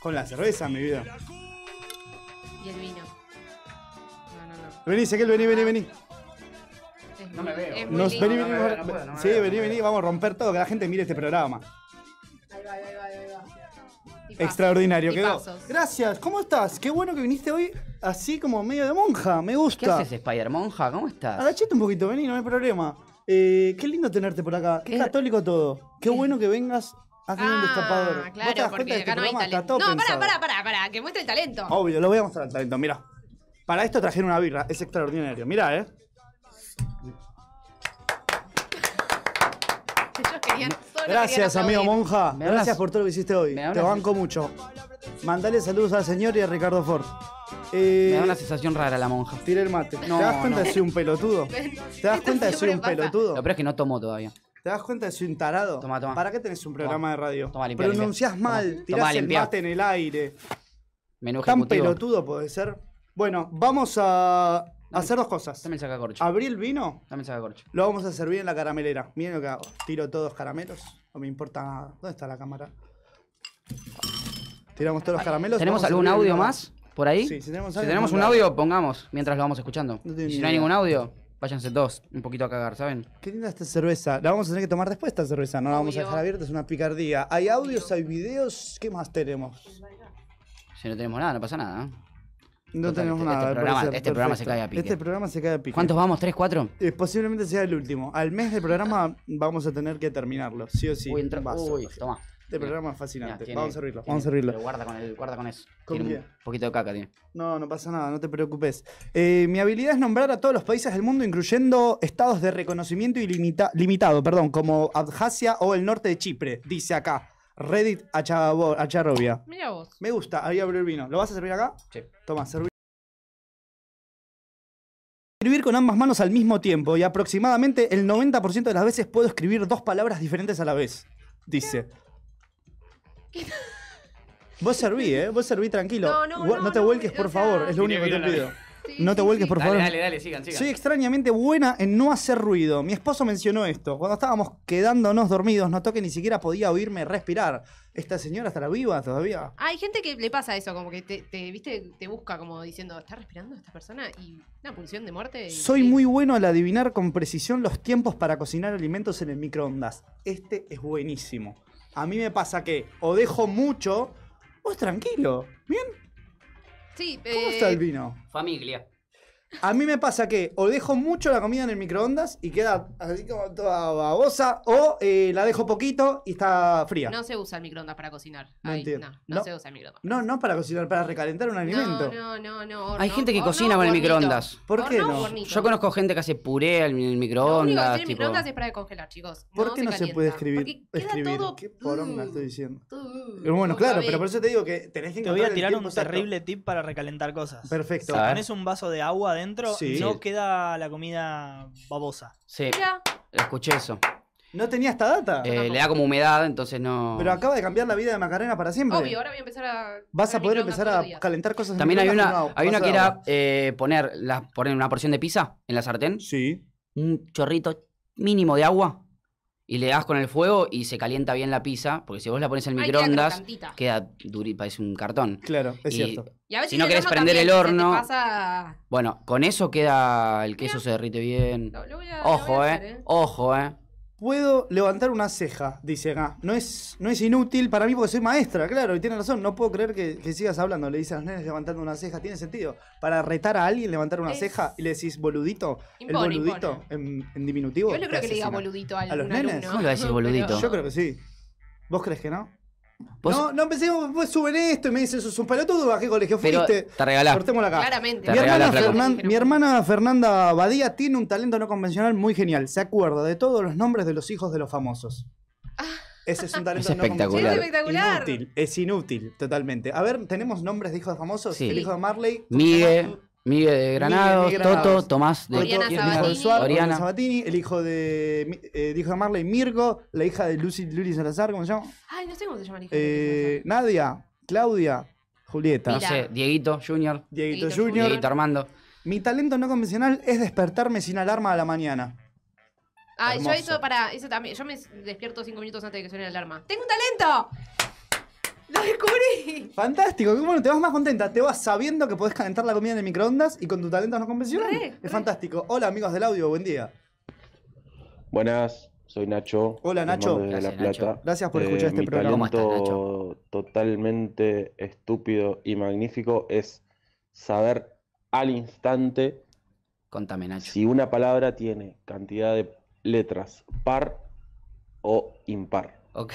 A: Con la cerveza, mi vida.
C: y el vino. No, no, no.
A: Vení, Sequel, vení, vení, vení.
C: Es
B: No
C: muy-
B: me veo.
C: es muy
A: Nos,
C: lindo.
A: vení, vení,
B: No me
A: vamos-
B: veo, no puedo, no me
A: sí,
B: veo,
A: vení,
B: no me
A: vení,
B: veo.
A: vamos a romper todo, que la gente mire este programa.
C: Ahí va, ahí va, ahí va, ahí va. Y
A: Extraordinario,
C: y
A: quedó.
C: pasos.
A: Gracias, ¿cómo estás? Qué bueno que viniste hoy así como medio de monja, me
B: ¿Qué
A: gusta.
B: haces, Spider Monja? ¿Cómo estás?
A: Agachate un poquito, vení, no hay problema. Eh, qué lindo tenerte por acá, qué
B: Es-
A: católico todo. Qué bueno que vengas aquí en el destapador.
C: Ah,
A: ¿Vos te das
C: claro,
A: cuenta
C: porque
A: que este
C: acá no hay
A: programa está
C: talento.
A: todo
C: No, pará,
A: pensado?
C: pará, pará, pará, que muestre el talento.
A: Obvio, lo voy a mostrar al talento, mirá. Para esto trajeron una birra, es extraordinario. Mirá, eh.
C: Ellos querían- solo
A: Gracias,
C: querían
A: amigo
C: aplaudir.
A: Monja.
B: ¿Me hablas?
A: Gracias por todo lo que hiciste hoy.
B: ¿Me
A: Te
B: hablas?
A: banco mucho. Mandale saludos al señor y a Ricardo Ford. Eh,
B: Me da una sensación rara la monja.
A: Tiré el mate.
B: No,
A: ¿Te das cuenta
B: no.
A: de soy un pelotudo?
C: Ven,
A: ¿Te das cuenta de soy un
C: siempre pasa.
A: pelotudo?
B: Lo peor es que no tomó todavía.
A: ¿Te das cuenta de soy un tarado?
B: Tomá, tomá.
A: ¿Para qué tenés un programa de radio?
B: Tomá, limpiá,
A: Pronunciás
B: limpiá.
A: mal,
B: Tomá.
A: tirás
B: Tomá,
A: el
B: limpiá.
A: mate en el aire.
B: Menú
A: Tan
B: ejecutivo.
A: pelotudo puede ser. Bueno, vamos a hacer dos cosas.
B: Dame el sacacorcho.
A: Abrí el vino,
B: Dame el sacacorcho.
A: lo vamos a servir en la caramelera. Miren lo que hago. Tiro todos caramelos. No me importa nada. ¿Dónde está la cámara? Tiramos todos los caramelos.
B: ¿Tenemos
A: vamos a
B: algún
A: servir
B: audio
A: el-
B: más por ahí?
A: Sí, si tenemos
B: Si
A: algo,
B: tenemos un
A: mandalo.
B: audio, pongamos mientras lo vamos escuchando.
A: No tengo
B: Y
A: ni
B: si no hay
A: idea.
B: ningún audio, váyanse todos un poquito a cagar, ¿saben?
A: Qué linda esta cerveza. La vamos a tener que tomar después esta cerveza. No la vamos a
C: Obvio.
A: dejar abierta, es una picardía. Hay audios, hay videos. ¿Qué más tenemos?
B: Si no tenemos nada, no pasa nada. ¿eh?
A: No
B: Total,
A: tenemos
B: este-
A: nada.
B: este
A: al
B: programa-
A: parecer.
B: este programa se
A: Perfecto.
B: cae a pique.
A: Este programa se cae a pique.
B: ¿Cuántos vamos? ¿Tres, cuatro?
A: Eh, posiblemente sea el último. Al mes del programa vamos a tener que terminarlo, sí o sí.
B: uy, entró.
A: Vas a-
B: Uy, toma.
A: Este programa es
B: Mirá,
A: fascinante.
B: tiene-
A: vamos a servirlo,
B: tiene-
A: vamos a servirlo.
B: pero Guarda con, el, guarda con eso.
A: ¿Con
B: tiene un
A: qué?
B: poquito de caca, tiene.
A: No, no pasa nada, no te preocupes. Eh, mi habilidad es nombrar a todos los países del mundo, incluyendo estados de reconocimiento ilimita- limitado, perdón, como Abjasia o el norte de Chipre, dice acá. Reddit Achabo- Acharobia.
C: Mira vos.
A: Me gusta, ahí abrió el vino. ¿Lo vas a servir acá?
B: Sí.
A: Toma, servir. Escribir con ambas manos al mismo tiempo y aproximadamente el 90% de las veces puedo escribir dos palabras diferentes a la vez. Dice. Vos serví, ¿eh? Vos serví tranquilo.
C: No, no,
A: Igual-
C: no,
A: te
C: no,
A: vuelques,
C: o
A: por
C: sea-
A: favor. Es lo
F: Mirá,
A: único que te
F: mirá la
A: pido.
C: Sí,
A: No te
C: sí,
A: vuelques,
C: sí.
A: por favor.
B: dale, sigan,
A: Soy extrañamente buena en no hacer ruido. Mi esposo mencionó esto. Cuando estábamos quedándonos dormidos, notó que ni siquiera podía oírme respirar. Esta señora estará viva todavía.
C: Hay gente que le pasa eso, como que te, te, viste, te busca como diciendo, ¿está respirando esta persona? Y una pulsión de muerte. y-
A: Soy muy bueno al adivinar con precisión los tiempos para cocinar alimentos en el microondas. Este es buenísimo. A mí me pasa que o dejo mucho, vos tranquilo. ¿Bien?
C: Sí,
A: ¿Cómo
C: eh,
A: está el vino?
B: Familia.
A: A mí me pasa que o dejo mucho la comida en el microondas y queda así como toda babosa, o eh, la dejo poquito y está fría.
C: No se usa el microondas para cocinar.
A: No
C: Ay,
A: entiendo.
C: No, no,
A: No.
C: se usa el microondas.
A: No, no para cocinar, para recalentar un alimento.
C: No, no, no, Oh, no. horno,
B: Hay gente que
C: horno,
B: cocina con el
C: hornito.
B: microondas.
A: ¿Por qué
C: Horno,
A: no?
C: hornito.
B: Yo conozco gente que hace puré al el
C: Lo único que
B: microondas.
C: tiene el
B: tipo-
C: microondas es para descongelar, chicos.
A: ¿Por qué no se
C: calienta.
A: puede escribir?
C: Porque queda
A: escribir?
C: todo... mm,
A: ¿Qué poronga estoy diciendo?
C: Uh,
A: Bueno,
C: uh,
A: claro,
C: sabe.
A: pero por eso te digo que tenés que
H: Te voy
A: encontrar
H: a
A: el
H: tirar un
A: tiempo exacto.
H: terrible tip para recalentar cosas.
A: Perfecto.
F: A ver.
H: Pones un vaso de agua adentro
A: Sí.
H: no queda la comida babosa.
B: Sí,
C: Mira,
B: escuché eso.
A: No tenía esta
C: Ah,
A: data.
B: Eh, le da como humedad, entonces no.
A: Pero acaba de cambiar la vida de Macarena para siempre.
C: obvio, ahora voy a empezar a...
A: Vas a poder
C: microondas
A: empezar
C: todos los días.
A: a calentar cosas. en
B: También hay
A: microondas
B: una,
A: con
B: hay una
A: vaso
B: que
A: de
B: era
A: agua.
B: eh, poner, la- poner una porción de pizza en la sartén,
A: Sí.
B: un chorrito mínimo de agua y le das con el fuego y se calienta bien la pizza, porque si vos la pones en el
C: Ay, queda
B: microondas
C: crocantita.
B: queda durita, parece un cartón.
A: Claro, es
B: Y-
A: cierto.
C: Y a veces
B: Si no
C: el
B: querés
C: horno
B: prender el
C: también, se te
B: horno-
C: pasa-
B: Bueno, con eso queda el queso
C: Mirá.
B: se derrite bien.
C: Lo- lo voy a- lo
B: Ojo,
C: voy a
B: eh.
C: hacer,
B: Ojo, eh.
A: Puedo levantar una ceja, dice acá. No es, no es inútil para mí porque soy maestra, claro, y tiene razón. No puedo creer que, que sigas hablando. Le dices a los nenes levantando una ceja. Tiene sentido. Para retar a alguien, levantar una
C: Es-
A: ceja y le decís boludito.
C: Impone,
A: el boludito en, en diminutivo.
C: Yo no
A: te
C: creo que le diga
A: asesina.
C: boludito a
A: ¿A los
C: algún
A: nenes?
C: alumno.
B: ¿Cómo le va a decir boludito?
C: Pero-
A: Yo creo que sí. ¿Vos crees que no?
B: Vos-
A: No, no empecemos, pues suben esto y me dicen, sos un pelotudo, ¿a qué colegio
B: pero
A: fuiste?
B: te regalás.
A: Cortémosla acá.
C: Claramente.
B: Te
A: Mi hermana,
B: regalás, flaco.
A: Fernan- mi hermana Fernanda Badía tiene un talento no convencional muy genial. Se acuerda de todos los nombres de los hijos de los famosos. Ese es un talento
B: Es
A: no convencional.
B: espectacular. Es
C: Ah. espectacular.
A: Inútil, es inútil, totalmente. A ver, ¿tenemos nombres de hijos de famosos?
B: Sí.
A: El hijo de Marley.
B: Migue, Migue de Granados,
A: Migue de Granados.
B: Toto, Tomás de
C: Oriana
A: el hijo de
C: Sabatini.
A: Suárez,
B: Oriana.
A: Sabatini, el hijo de, mi- eh, el hijo de Marley, Mirko, la hija de Lucy Luli Salazar, ¿cómo se llama?
C: Ay, no sé cómo se llama el hijo. de
A: Eh, Nadia, Claudia, Julieta,
B: no sé, Dieguito Junior,
A: Dieguito
C: Dieguito
A: Junior.
C: Junior.
B: Dieguito Armando.
A: Mi talento no convencional es despertarme sin alarma a la mañana.
C: Ah, yo
A: Hermoso.
C: eso para. Eso también. Yo me despierto cinco minutos antes de que suene la alarma. ¡Tengo un talento! ¡Lo descubrí!
A: Fantástico, qué bueno, te vas más contenta, te vas sabiendo que podés calentar la comida en el microondas y con tu talento no convencional.
C: Re, re.
A: es fantástico. Hola amigos del audio, buen día.
I: Buenas, soy Nacho.
A: Hola,
I: les
A: Nacho.
I: mando desde La
B: Gracias, Nacho.
I: Plata. Eh,
A: Gracias por escuchar este
I: mi
A: programa.
B: ¿Cómo estás, Nacho?
I: talento totalmente estúpido y magnífico es saber al instante
B: Contame, Nacho.
I: si una palabra tiene cantidad de letras par o impar.
B: Ok.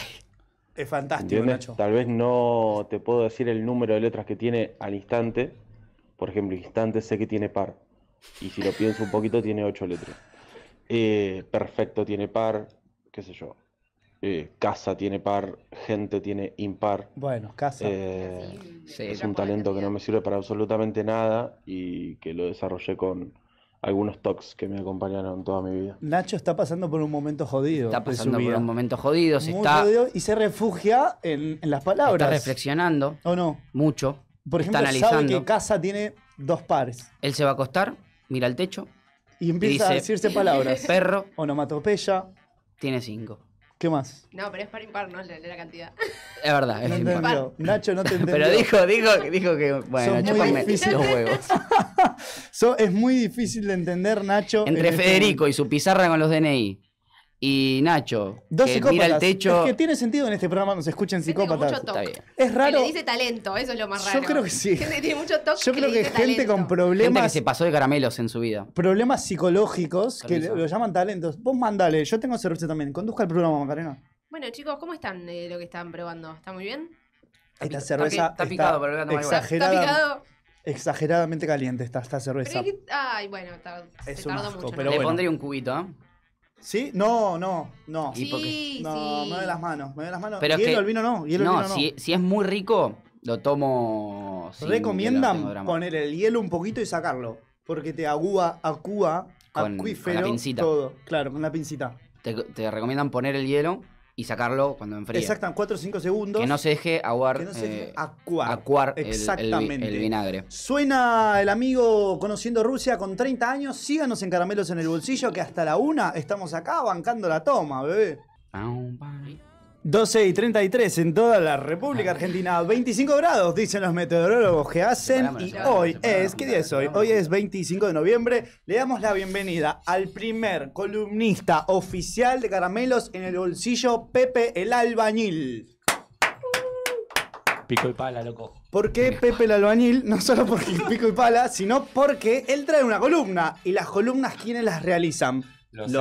A: Es fantástico,
I: ¿Entiendes?
A: Nacho.
I: Tal vez no te puedo decir el número de letras que tiene al instante. Por ejemplo, instante sé que tiene par. Y si lo pienso un poquito, tiene ocho letras. Eh, perfecto tiene par, qué sé yo. Eh, casa tiene par, gente tiene impar.
A: Bueno, casa.
I: Eh,
B: Sí,
I: es un talento que no me sirve para absolutamente nada y que lo desarrollé con algunos tocs que me acompañaron toda mi vida.
A: Nacho está pasando por un momento jodido.
B: Está
A: de su
B: pasando por
A: vida.
B: un momento jodido, se
A: Muy
B: está,
A: jodido y se refugia en, en las
B: está
A: palabras.
B: reflexionando
A: ¿O no?
B: mucho.
A: Por ejemplo,
B: está analizando.
A: sabe que casa tiene Dos pares.
B: Él se va a acostar, mira al techo,
A: Y empieza a
B: dice-
A: decirse palabras.
B: perro,
A: Onomatopeya.
B: tiene cinco.
A: ¿Qué más?
C: No, pero es par impar, no la, la cantidad.
B: Es verdad, es
A: No
B: impar.
A: entendió. Nacho no te entendió.
B: Ah. Pero dijo, dijo, dijo que, bueno,
A: muy
B: chúpame
A: difíciles.
B: los huevos.
A: So- es muy difícil de entender, Nacho.
B: Entre
A: en este
B: Federico y su pizarra con los DNI y Nacho,
A: Dos
B: que
A: psicópatas.
B: mira el
A: Es
B: techo,
A: que tiene sentido en este programa cuando se escuchen
C: Gente con mucho
A: psicópatas.
C: toque.
B: está bien.
A: Es
C: Que
A: raro.
C: le dice talento, eso es lo más
A: Yo
C: raro.
A: creo que sí.
C: Gente que tiene mucho toque.
A: Yo creo
C: le
A: que
C: dice
A: gente con
C: talento.
B: Gente que
A: problemas,
B: se pasó de caramelos en su vida.
A: problemas psicológicos, que
B: Permiso.
A: lo llaman talentos. Vos mandale, yo tengo cerveza también. Conduzca el programa, Macarena.
C: Bueno, chicos, ¿cómo están eh, lo que están probando? ¿Está muy bien?
A: Esta
B: pica-
A: cerveza
B: está picado, pero no hay
C: ¿Está- ¿Está
A: exagerada-
C: picado?
A: exageradamente caliente está esta cerveza.
C: Pero es que- Ay, bueno, tar-
A: Es
C: se
A: un
C: tardó
A: asco,
C: mucho.
A: pero
B: Le
A: bueno.
B: pondría un cubito, ¿eh?
A: ¿Sí? No, no, no.
B: ¿Y por qué?
C: Sí,
A: no,
C: sí.
A: me doy las manos, me doy las manos.
B: Pero es
A: hielo
B: que-
A: al vino no, hielo al
B: no,
A: vino no.
B: si, si es muy rico, lo tomo. sin que lo tengo
A: Recomiendan
B: drama.
A: poner el hielo un poquito y sacarlo, porque te agúa, acúa,
B: Con-
A: acuífero,
B: con la pincita.
A: todo. Claro, con la pincita.
B: Te, te recomiendan poner el hielo y sacarlo cuando enfríe.
A: Exactan 4 o 5 segundos.
B: Que no se deje aguar,
A: que no se
B: eh,
A: deje acuar.
B: acuar el- el vi-
A: Exactamente.
B: El, vinagre.
A: Suena el amigo Conociendo Rusia con 30 años. Síganos en Caramelos en el Bolsillo, que hasta la una estamos acá bancando la toma, bebé.
B: Pam, pam.
A: 12 y 33 en toda la República Argentina. 25 grados, dicen los meteorólogos que hacen.
B: Separámoslo,
A: Y
B: separámoslo,
A: hoy
B: separámoslo,
A: es, ¿qué día es hoy?
B: separámoslo.
A: Hoy es 25 de noviembre. Le damos la bienvenida al primer columnista oficial de Caramelos en el bolsillo, Pepe el Albañil.
F: Pico y pala, loco.
A: ¿Por qué Pepe el Albañil? No solo porque pico y pala, sino porque él trae una columna. ¿Y las columnas quiénes las realizan? Los,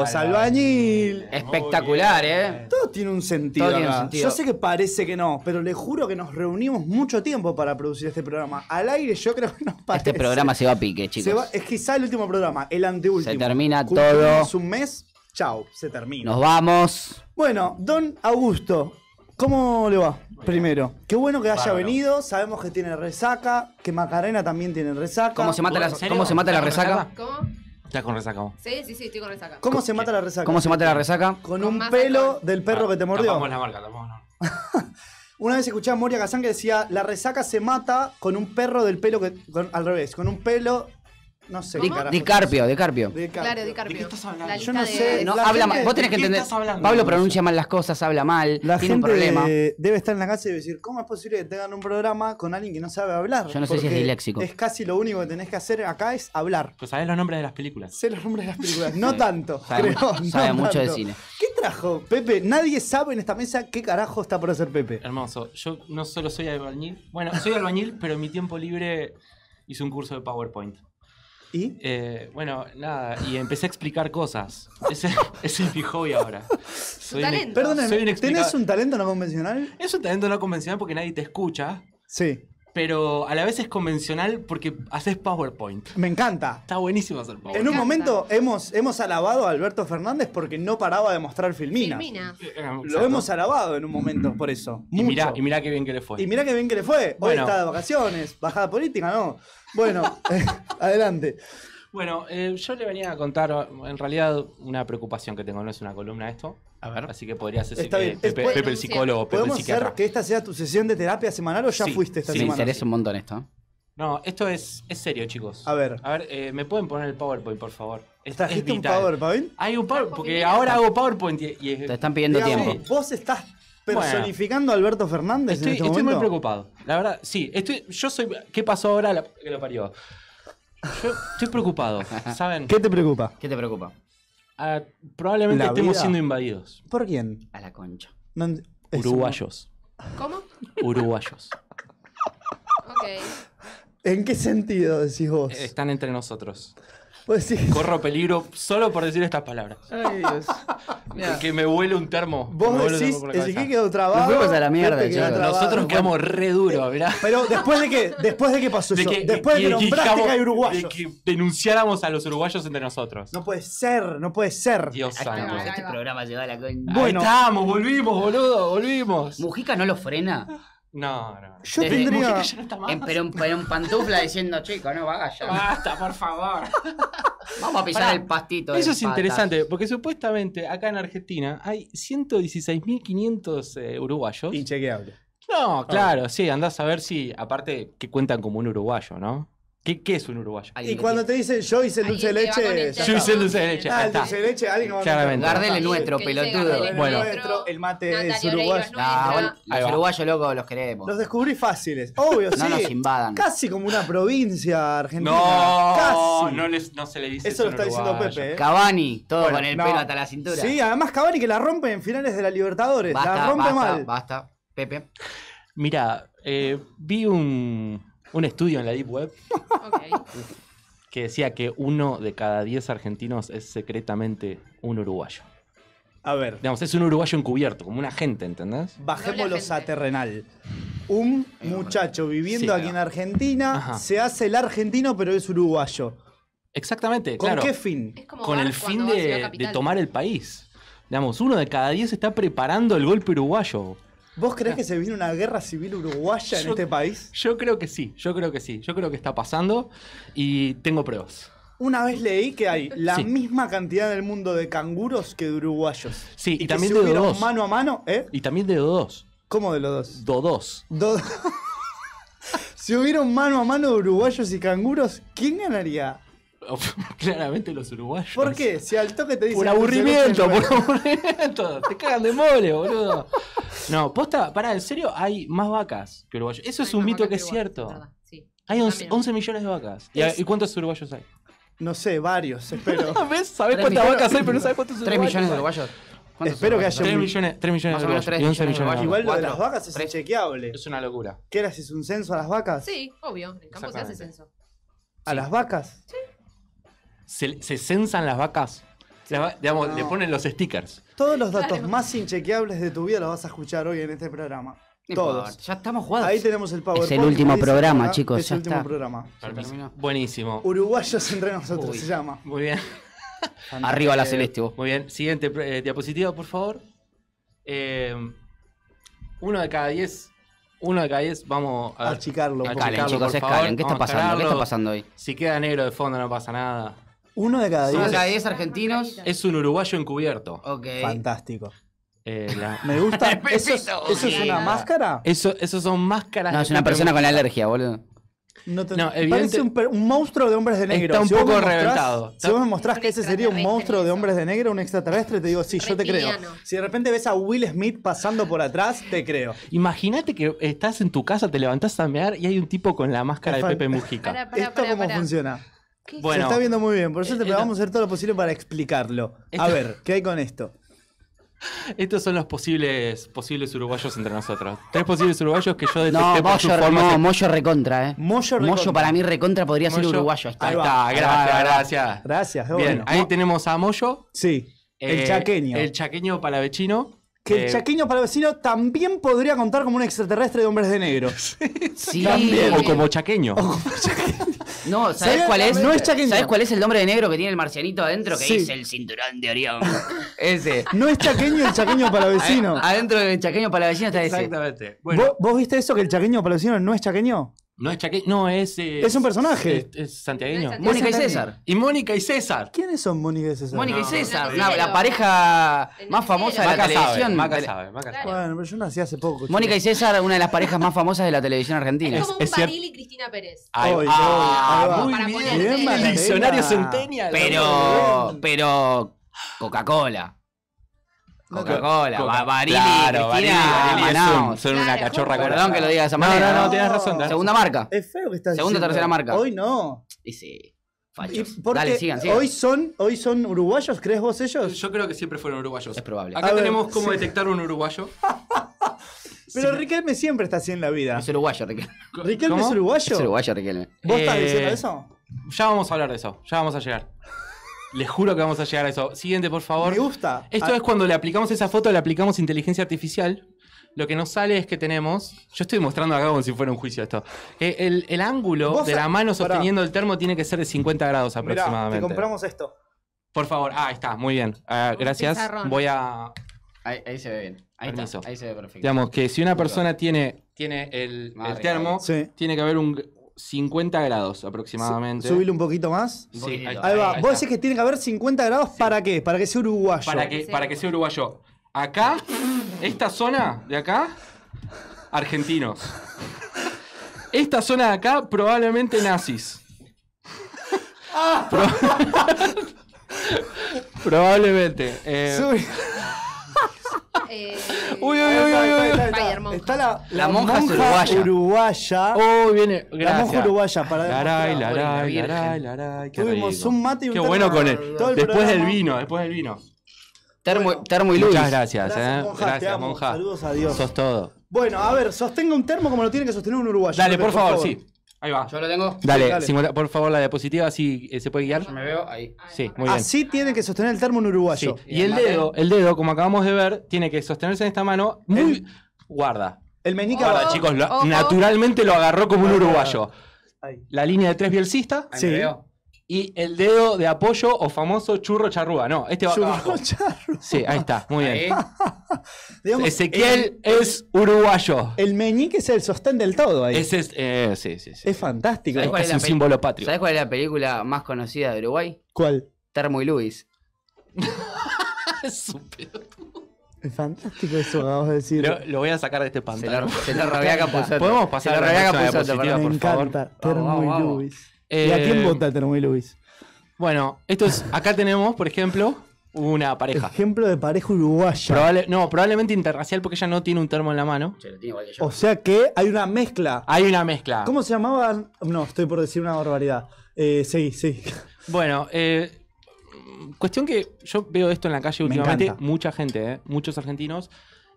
A: albañil.
B: Espectacular, ¿eh?
A: Todo tiene un sentido.
B: Todo tiene
A: acá.
B: un sentido.
A: Yo sé que parece que no, pero le juro que nos reunimos mucho tiempo para producir este programa. Al aire yo creo que nos parece.
B: Este programa se va a pique,
A: Se
B: chicos.
A: va- es quizá el último programa, el anteúltimo.
B: Se termina
A: Cumplimos
B: todo.
A: un mes, chao, se termina.
B: Nos vamos.
A: Bueno, don Augusto, ¿cómo le va? Primero, qué bueno que haya
D: Bárbaro.
A: venido, sabemos que tiene resaca, que Macarena también tiene resaca.
B: ¿Cómo se mata la,
J: ¿En serio?
B: ¿cómo se mata la
J: ¿Está con
B: resaca?
C: ¿Cómo?
J: Está con resaca vos.
C: Sí, sí, sí, estoy con resaca.
A: ¿Cómo se mata la resaca?
B: ¿Cómo se mata la resaca?
A: Con,
C: Con
A: un
C: más
A: pelo
C: alcohol.
A: del
B: Ah,
A: perro que te mordió.
J: Tapamos la marca, tapamos la marca.
A: Una vez escuché a Moria Kazan que decía, la resaca se mata con un perro del pelo que... con- al revés, con un pelo... No sé. qué
B: Di,
A: carajo.
B: Di Carpio, Di Carpio.
A: Di Carpio.
C: Claro, Di Carpio.
J: ¿De qué estás hablando?
C: La
A: Yo
C: lista
A: no
C: de-
A: sé,
B: Eh, No,
A: La
B: habla
A: gente-
B: mal. Vos tenés que
J: ¿de qué
B: entender.
J: estás hablando,
B: Pablo
J: Gonza?
B: pronuncia mal las cosas, habla mal,
A: La gente
B: tiene un problema.
A: debe estar en la casa y decir, ¿cómo es posible que tengan un programa con alguien que no sabe hablar?
B: Yo no sé si es
A: Porque
B: disléxico.
A: Es casi lo único que tenés que hacer acá es hablar.
J: Pues sabés los nombres de las películas.
A: Sé los nombres de las películas. No
B: Sí.
A: tanto.
B: Sabe,
A: creo,
B: mu-
A: no
B: sabe mucho de
A: tanto.
B: cine.
A: ¿Qué trajo Pepe? Nadie sabe en esta mesa qué carajo está por hacer Pepe.
J: Hermoso. Yo no solo soy albañil. Bueno, soy albañil, pero en mi tiempo libre hice un curso de PowerPoint.
A: ¿Y?
J: Eh, bueno, nada, y empecé a explicar cosas. Ese ese es mi hobby ahora. Soy un-
C: talento.
J: soy
A: Perdóname,
J: inexplicable.
A: ¿tenés un talento no convencional?
J: Es un talento no convencional porque nadie te escucha,
A: Sí.
J: pero a la vez es convencional porque haces PowerPoint.
A: Me encanta.
J: Está buenísimo hacer
A: En
J: PowerPoint.
A: un
C: encanta.
A: momento hemos, hemos alabado a Alberto Fernández porque no paraba de mostrar filminas.
C: Filmina.
J: Eh, exacto.
A: Lo hemos alabado en un momento por eso.
J: y mirá,
A: Mucho.
J: y mirá qué bien que le fue.
A: Y mira que bien que le fue. Hoy
J: Bueno.
A: está de vacaciones, bajada política, ¿no? Bueno, eh, adelante.
J: Bueno, eh, yo le venía a contar en realidad una preocupación que tengo, no es una columna esto.
B: A ver.
J: Así que podría ser
A: Está
J: eh,
A: bien.
J: Pepe,
A: Después-
J: Pepe el psicólogo, Pepe el
A: ¿Podemos hacer
J: psiquiatra.
A: que esta sea tu sesión de terapia semanal o ya
J: Sí,
A: fuiste esta
J: sí,
B: me
A: semana?
B: interesa un montón esto. ¿eh?
J: No, esto es, es serio, chicos.
A: A ver.
J: A ver, eh, ¿me pueden poner el PowerPoint, por favor? Es- Es,
A: ¿Trajiste un
J: vital.
A: PowerPoint?
J: Hay un PowerPoint,
C: Trajo
J: porque
C: Pineda.
J: ahora hago PowerPoint y, y es-
B: Te están pidiendo
A: Digamos,
B: tiempo.
A: Vos estás personificando a Alberto Fernández
J: Estoy,
A: en este
J: estoy muy
A: momento.
J: preocupado. La verdad, sí. Estoy, yo soy. ¿Qué pasó ahora la- que lo parió? Yo estoy preocupado, ¿saben?
A: ¿Qué te preocupa?
B: ¿Qué te preocupa?
J: Ah, probablemente
A: La
J: estemos
A: vida.
J: siendo invadidos.
A: ¿Por quién?
B: A la concha.
A: No ent- eso,
J: Uruguayos.
C: ¿Cómo?
J: Uruguayos.
C: Ok.
A: ¿no? ¿En qué sentido decís vos?
J: Eh, Están entre nosotros.
A: Vos decís,
J: Corro peligro solo por decir estas palabras. Ay, Dios. Que me huele un termo.
A: vos
J: Me huele un
A: decís,
J: termo por la
A: Ezequiel
J: cabeza.
A: quedó trabado.
B: Nos fuimos a la mierda,
A: Pepe quedó
B: chicos.
A: trabado.
J: Nosotros quedamos re duro, mirá.
A: Pero después de qué, después de qué pasó
J: De
A: eso,
J: que-
A: después de que
J: de que
A: nombraste que
J: dijamos-
A: hay
J: de
A: uruguayos.
J: que denunciáramos a los uruguayos entre nosotros.
A: No puede ser, no puede ser.
J: Dios santo.
C: va, ahí
B: Este
C: va.
B: programa se va a la concha.
A: Bueno.
J: Bueno. estamos, volvimos, boludo, volvimos.
B: Mujica no lo frena.
J: No, no.
A: Yo
B: Desde-
A: tendría.
J: no está
B: En, pero en, pero en pantufla diciendo, chico, no vaya.
J: Basta, por favor.
B: Vamos a pisar
J: Pará,
B: el pastito. de
J: Eso es
B: patas.
J: interesante, porque supuestamente acá en Argentina hay 116.500 eh, uruguayos.
A: Inchequeable.
J: No, claro, sí, andás a ver si, aparte, que cuentan como un uruguayo, ¿no? ¿Qué, qué es un uruguayo?
A: Y cuando te dicen yo hice el dulce de
J: Alguien que va con
C: este.
A: leche.
J: el Yo hice el dulce de leche,
A: Ah,
J: ahí
A: el
J: está.
A: dulce de leche, alguien que va a
J: Claramente.
A: contar.
B: Gardel es nuestro, Que dice pelotudo. Gardel es
J: Bueno.
A: nuestro, el mate es
C: Natalia Oreiro
A: uruguayo.
C: es
B: Ah,
C: nuestra.
B: bueno,
J: Ahí
B: los
J: va.
B: uruguayos locos los queremos.
A: Los descubrí fáciles, obvio,
B: No
A: sí.
B: nos invadan.
A: Casi como una provincia argentina.
J: No,
A: Casi.
J: no, les- no se le dice
A: Eso lo
J: en
A: está diciendo
J: uruguayo.
A: Pepe. ¿eh?
B: Cavani, todo
A: Bueno,
B: con el
A: no.
B: pelo hasta la cintura.
A: Sí, además Cavani que la rompe en finales de la Libertadores. la
B: basta,
A: rompe
B: basta,
A: mal.
B: basta. Pepe.
J: Mira, eh, vi un, un estudio en la Deep Web
C: Ok.
J: que decía que uno de cada diez argentinos es secretamente un uruguayo.
A: A ver,
J: Digamos, es un uruguayo encubierto, como un agente, ¿entendés?
A: bajémoslos
C: Doble
A: a
C: agente.
A: terrenal. Un muchacho viviendo
J: Sí,
A: aquí en
J: ahí va.
A: Argentina
J: Ajá.
A: se hace el argentino, pero es uruguayo.
J: Exactamente,
A: ¿Con
J: claro.
A: qué fin?
C: Es como
J: Con
C: Bar
J: el fin
C: cuando va a Ciudad
J: de, de
C: Capital.
J: tomar el país. Digamos, uno de cada diez está preparando el golpe uruguayo.
A: ¿Vos creés que se viene una guerra civil uruguaya en
J: Ah. Yo-
A: este país?
J: Yo creo que sí, yo creo que sí, yo creo que está pasando y tengo pruebas.
A: Una vez leí que hay la
J: Sí.
A: misma cantidad en el mundo de canguros que de uruguayos.
J: Sí, y,
A: que
J: también
A: si
J: de
A: hubieron
J: Dodós.
A: mano a mano, ¿eh?
J: Y también de Dodós.
A: ¿Cómo de los dos?
J: Dodós.
A: Do- si hubiera un mano a mano de uruguayos y canguros, ¿quién ganaría?
J: Claramente los uruguayos.
A: ¿Por qué? Si al toque te dicen.
J: Por aburrimiento,
A: "Dulce
J: por
A: de leche",
J: aburrimiento. Te cagan de mole, boludo. No, posta, pará, en serio, hay más vacas que uruguayos. Eso es
C: Ay,
J: un
C: no,
J: mito
C: acá
J: que
C: te
J: es
C: igual,
J: cierto.
C: verdad, sí.
J: Hay
C: Yo
J: 11,
C: también.
J: 11 millones de vacas. ¿Y,
A: Es-
J: y cuántos uruguayos hay?
A: No sé, varios, espero.
J: ¿Ves? ¿Sabés
B: Tres
J: cuántas
B: millones.
J: vacas hay, pero no sabés cuántos
B: ¿Tres
J: uruguayos
B: millones de
J: hay?
B: uruguayos? ¿Cuántos
A: Espero que
B: uruguayos?
A: haya
J: Tres millones, tres millones
B: Más
J: de
B: o menos
J: uruguayos.
B: tres
J: Y
B: millones de
J: 11 millones
B: uruguayos.
J: de
A: Igual lo de
B: cuatro,
A: las vacas es
B: tres.
A: inchequeable.
J: Es una locura.
A: ¿Qué era? ¿Es un censo a las vacas?
C: Sí, obvio. En el campo se hace censo.
A: ¿A las vacas?
J: Se, se censan las vacas. Las va- digamos, le ponen los stickers.
A: Todos los datos más inchequeables de tu vida los vas a escuchar hoy en este programa.
B: No
A: Todos.
B: importa, Ya estamos
J: Ah,
B: jugados.
A: Ahí tenemos el PowerPoint.
B: Es el último
A: dice,
B: programa,
A: ¿verdad?
B: chicos,
A: Es
B: ya
A: el último
B: está.
A: programa.
B: Terminó.
J: Buenísimo.
A: Uruguayos entre nosotros
B: Uy.
A: se llama.
J: Muy bien.
B: Arriba la
A: Eh,
B: celeste vos.
J: Muy bien, siguiente eh, diapositiva, por favor. Eh, uno de cada diez. Uno de cada diez, vamos
A: Ah.
J: a.
A: Achicarlo. un poco.
J: Acá.
B: Escalen,
J: Carlos,
B: chicos,
J: por
B: escalen.
J: favor,
B: ¿Qué está
J: vamos a
B: pasando? ¿Qué está
J: escalarlo.
B: pasando hoy?
J: Si queda negro de fondo, no pasa nada.
A: Uno de cada
B: Somos
A: diez.
B: cada 10 argentinos.
J: Es un uruguayo encubierto.
B: Ok.
A: Fantástico.
J: Eh, la-
A: Me gusta. ¿Eso, es-
B: Pepito,
A: eso es una
B: sí.
A: máscara?
J: Eso, esos son máscaras.
B: No,
J: de
B: es una
J: gente
B: persona
J: muy-
B: con alergia, boludo.
A: No te-
J: No, evidente-
A: Parece un, per- un monstruo de hombres de negro.
J: Está un
A: vos
J: poco
A: me mostrás-
J: reventado.
A: Si vos me mostrás
C: Un
A: que ese sería un
C: extraterrestre
A: monstruo de
C: eso.
A: hombres de negro, un extraterrestre, te digo, sí, yo te creo.
C: Reptiliano.
A: Si de repente ves a Will Smith pasando por atrás, te creo.
J: Imagínate que estás en tu casa, te levantás a mear y hay un tipo con la máscara de
A: Fan-
J: Pepe Mujica.
C: Pará, pará,
A: ¿Esto
C: pará,
A: cómo
C: pará.
A: funciona?
C: ¿Qué es
J: Bueno.
A: Se está viendo muy bien, por eso
J: Eh,
A: te
J: eh,
A: vamos a hacer todo lo posible para explicarlo. A
J: Esto-
A: ver, ¿qué hay con esto?
J: Estos son los posibles, posibles uruguayos entre nosotros. Tres posibles uruguayos que yo detecté
B: No,
J: por
B: Moyo,
J: su forma
B: no,
J: de-
B: Moyo recontra, eh.
A: Moyo recontra.
B: Moyo para mí recontra podría ser
J: Moyo- Ah,
B: uruguayo. Ahí está.
J: Ahí
A: va,
J: está,
A: ahí va,
J: gracias,
A: ahí va.
J: gracias.
A: Gracias, qué
J: Bien,
A: bueno.
J: ahí
A: Mo-
J: tenemos a Moyo.
A: Sí, el
J: eh,
A: chaqueño.
J: El chaqueño palavecino.
A: que el
J: eh,
A: chaqueño para vecino también podría contar como un extraterrestre de hombres de negro.
B: Sí.
J: O como chaqueño.
B: No, ¿sabes
A: ¿Sabes?
B: cuál es?
A: No es chaqueño.
B: ¿Sabes cuál es el nombre de negro que tiene el marcianito adentro? Que
A: Sí.
B: dice el cinturón de Orión. Ese.
A: No es chaqueño el chaqueño para vecino.
B: Adentro del chaqueño para la vecina está ese.
J: Exactamente. Bueno,
A: ¿Vos, vos viste eso que el chaqueño para vecino no es chaqueño?
J: no es chaqueño, no, es. eh,
A: Es un personaje.
J: Es, es santiagueño.
C: No es
B: Mónica y
A: Exactamente.
B: César.
J: Y Mónica y César.
A: ¿Quiénes son Mónica y César?
B: Mónica y
J: No.
B: César,
C: El
B: la, la
C: noticiero.
B: pareja
C: El
B: más famosa de la
J: Maca sabe,
B: televisión.
J: Maca
B: Tele-
J: sabe, Maca
C: Claro.
J: sabe.
A: Bueno, pero yo nací hace poco.
B: Mónica y
A: chicos.
B: César, una de las parejas más famosas de la televisión argentina.
C: Es como
J: Es
C: un
J: cierto.
C: Baril y Cristina Pérez.
J: Ahí-
A: Ay,
J: ah,
A: ahí va.
J: muy
C: Para
J: bien.
C: ponerte- Bien,
J: El
C: Macarena.
J: diccionario centennial.
B: Pero, pero Coca-Cola. Coca-Cola,
J: Coca-
B: Ba- Barili, Cristina,
J: Claro, Barili, Barili es un-
B: Manaus.
J: son una
C: Claro,
J: cachorra
C: juntos.
J: con
B: Perdón que lo diga de esa
J: No,
B: manera.
J: no, no,
A: te
J: tenés razón. tenés
B: Segunda marca.
A: Es feo que estás
B: Segunda o
A: diciendo.
B: tercera marca.
A: Hoy no.
B: Y sí,
A: Y
B: fachos.
A: porque
B: Dale, sigan, sigan.
A: Hoy, son, hoy son uruguayos, ¿crees vos
J: razón.
A: ellos?
J: Yo creo que siempre fueron uruguayos.
B: Es probable.
J: Acá
A: A ver,
J: tenemos cómo
A: sí.
J: detectar un uruguayo.
A: Pero Riquelme siempre está así en la vida.
B: Ah, Es uruguayo, Riquelme.
A: ¿Riquelme
J: ¿Cómo?
A: es uruguayo?
B: Es uruguayo, Riquelme.
A: ¿Vos estás
J: Eh,
A: diciendo eso?
J: Ya vamos a hablar de eso, ya vamos a llegar. Les juro que vamos a llegar a eso. Siguiente, por favor.
A: Me gusta.
J: Esto
A: Ah,
J: es cuando le aplicamos esa foto, le aplicamos inteligencia artificial. Lo que nos sale es que tenemos. Yo estoy mostrando acá como si fuera un juicio esto. Eh, el, el ángulo
A: Vos
J: de la
A: sa-
J: mano
A: pará.
J: sosteniendo el termo tiene que ser de 50 grados
A: Ah, mirá,
J: aproximadamente.
A: te compramos esto.
J: Por favor, ah, ahí está, muy bien. Ah,
C: Un
J: gracias.
C: pizarrón.
J: Voy a.
B: Ahí, ahí se ve bien. Ahí
J: Permiso.
B: está. Ahí se ve perfecto.
J: Digamos que si una persona tiene, tiene el,
B: Más
J: el termo,
A: Sí.
J: tiene que haber un g- 50 grados aproximadamente.
A: Subile un poquito más.
J: Sí,
B: Un poquitito.
J: ahí está,
A: Ahí va.
J: ahí
A: Vos
J: está.
A: decís que tiene que haber 50 grados para qué? Para que sea uruguayo.
J: Para que, eh, para que sea uruguayo. Acá, esta zona de acá, argentinos. Esta zona de acá, probablemente nazis.
A: Ah.
J: Probablemente. eh,
A: Sube-
C: Eh,
J: Uy, uy, uy, uy, uy.
A: Está, está,
C: Spider-Monja.
A: Está la,
J: La monja es uruguaya.
A: uruguaya.
J: Oh, viene.
A: la monja
J: Gracias.
A: uruguaya para
J: Laray,
A: para-
J: laray,
B: Virgen.
J: laray, laray. Qué
A: Tuvimos
J: rico.
A: un mate y un
J: Qué
A: termo
J: bueno con él.
A: todo el
J: Después del
A: programa.
J: vino, después del vino.
B: Termo,
A: Bueno,
B: termo y Luis.
J: Muchas gracias,
A: Gracias,
J: eh.
A: monja, te
J: gracias,
A: amo.
J: monja.
A: Saludos a Dios.
J: Sos todo.
A: Bueno, a ver, sostenga un termo como lo tiene que sostener un uruguayo.
J: Dale,
A: Pepe,
J: por favor, sí. Ahí va.
B: Yo lo tengo.
J: Dale,
A: Sí, dale.
J: simula- por favor, la diapositiva, así eh, se puede guiar.
B: Yo me veo ahí.
J: Sí, muy bien.
A: Así tiene que sostener el termo un
J: Sí.
A: uruguayo.
J: Y el dedo, el dedo, como acabamos de ver, tiene que sostenerse en esta mano. Muy. Guarda.
A: El meñique
C: Ojo.
J: Guarda,
A: abajo.
J: chicos. lo-
C: ojo.
J: naturalmente lo agarró como un uruguayo.
A: Ahí.
J: La línea de tres bielcista
B: Ahí
A: Sí.
B: me veo.
J: y el dedo de apoyo o famoso churro charrúa. No, este va acá
A: Churro
J: abajo.
A: charro.
J: Sí, ahí está. Muy bien.
B: Ahí.
A: Digamos,
J: Ezequiel es uruguayo.
A: El meñique es el sostén del todo ahí. Es,
J: Ese es. eh, sí, sí, sí.
A: fantástico.
B: Ahí.
J: Es,
B: ¿Cuál es la
J: un
B: peli-
J: símbolo patrio.
B: ¿Sabés cuál es la película más conocida de Uruguay?
A: ¿Cuál?
B: Termo y Luis.
A: Es fantástico eso, acabamos de decir.
J: Lo, lo voy a sacar de este
B: Se lo,
J: pantalón.
B: se lo robé a Capuzotto.
J: Podemos pasar
B: Se
J: a
B: lo
J: la
B: robé a
J: próxima
B: Capuzotto,
J: diapositiva,
B: perdón.
A: Me
J: por favor.
A: encanta.
B: Vamos,
A: Termo
B: vamos,
A: y
B: vamos.
A: Luis. ¿Y a quién
J: Eh,
A: vota Termo y Luis?
J: Bueno, esto es, acá tenemos, por ejemplo, una pareja.
A: Ejemplo de pareja uruguaya.
J: Probable- no, probablemente interracial porque ella no tiene un termo en la mano.
B: Che, lo tiene igual que yo.
A: O sea que hay una mezcla.
J: Hay una mezcla.
A: ¿Cómo se llamaban? No, estoy por decir una barbaridad. Eh, seguí, seguí.
J: Bueno, eh, cuestión que yo veo esto en la calle
A: Me
J: últimamente,
A: encanta.
J: mucha gente, eh, muchos argentinos.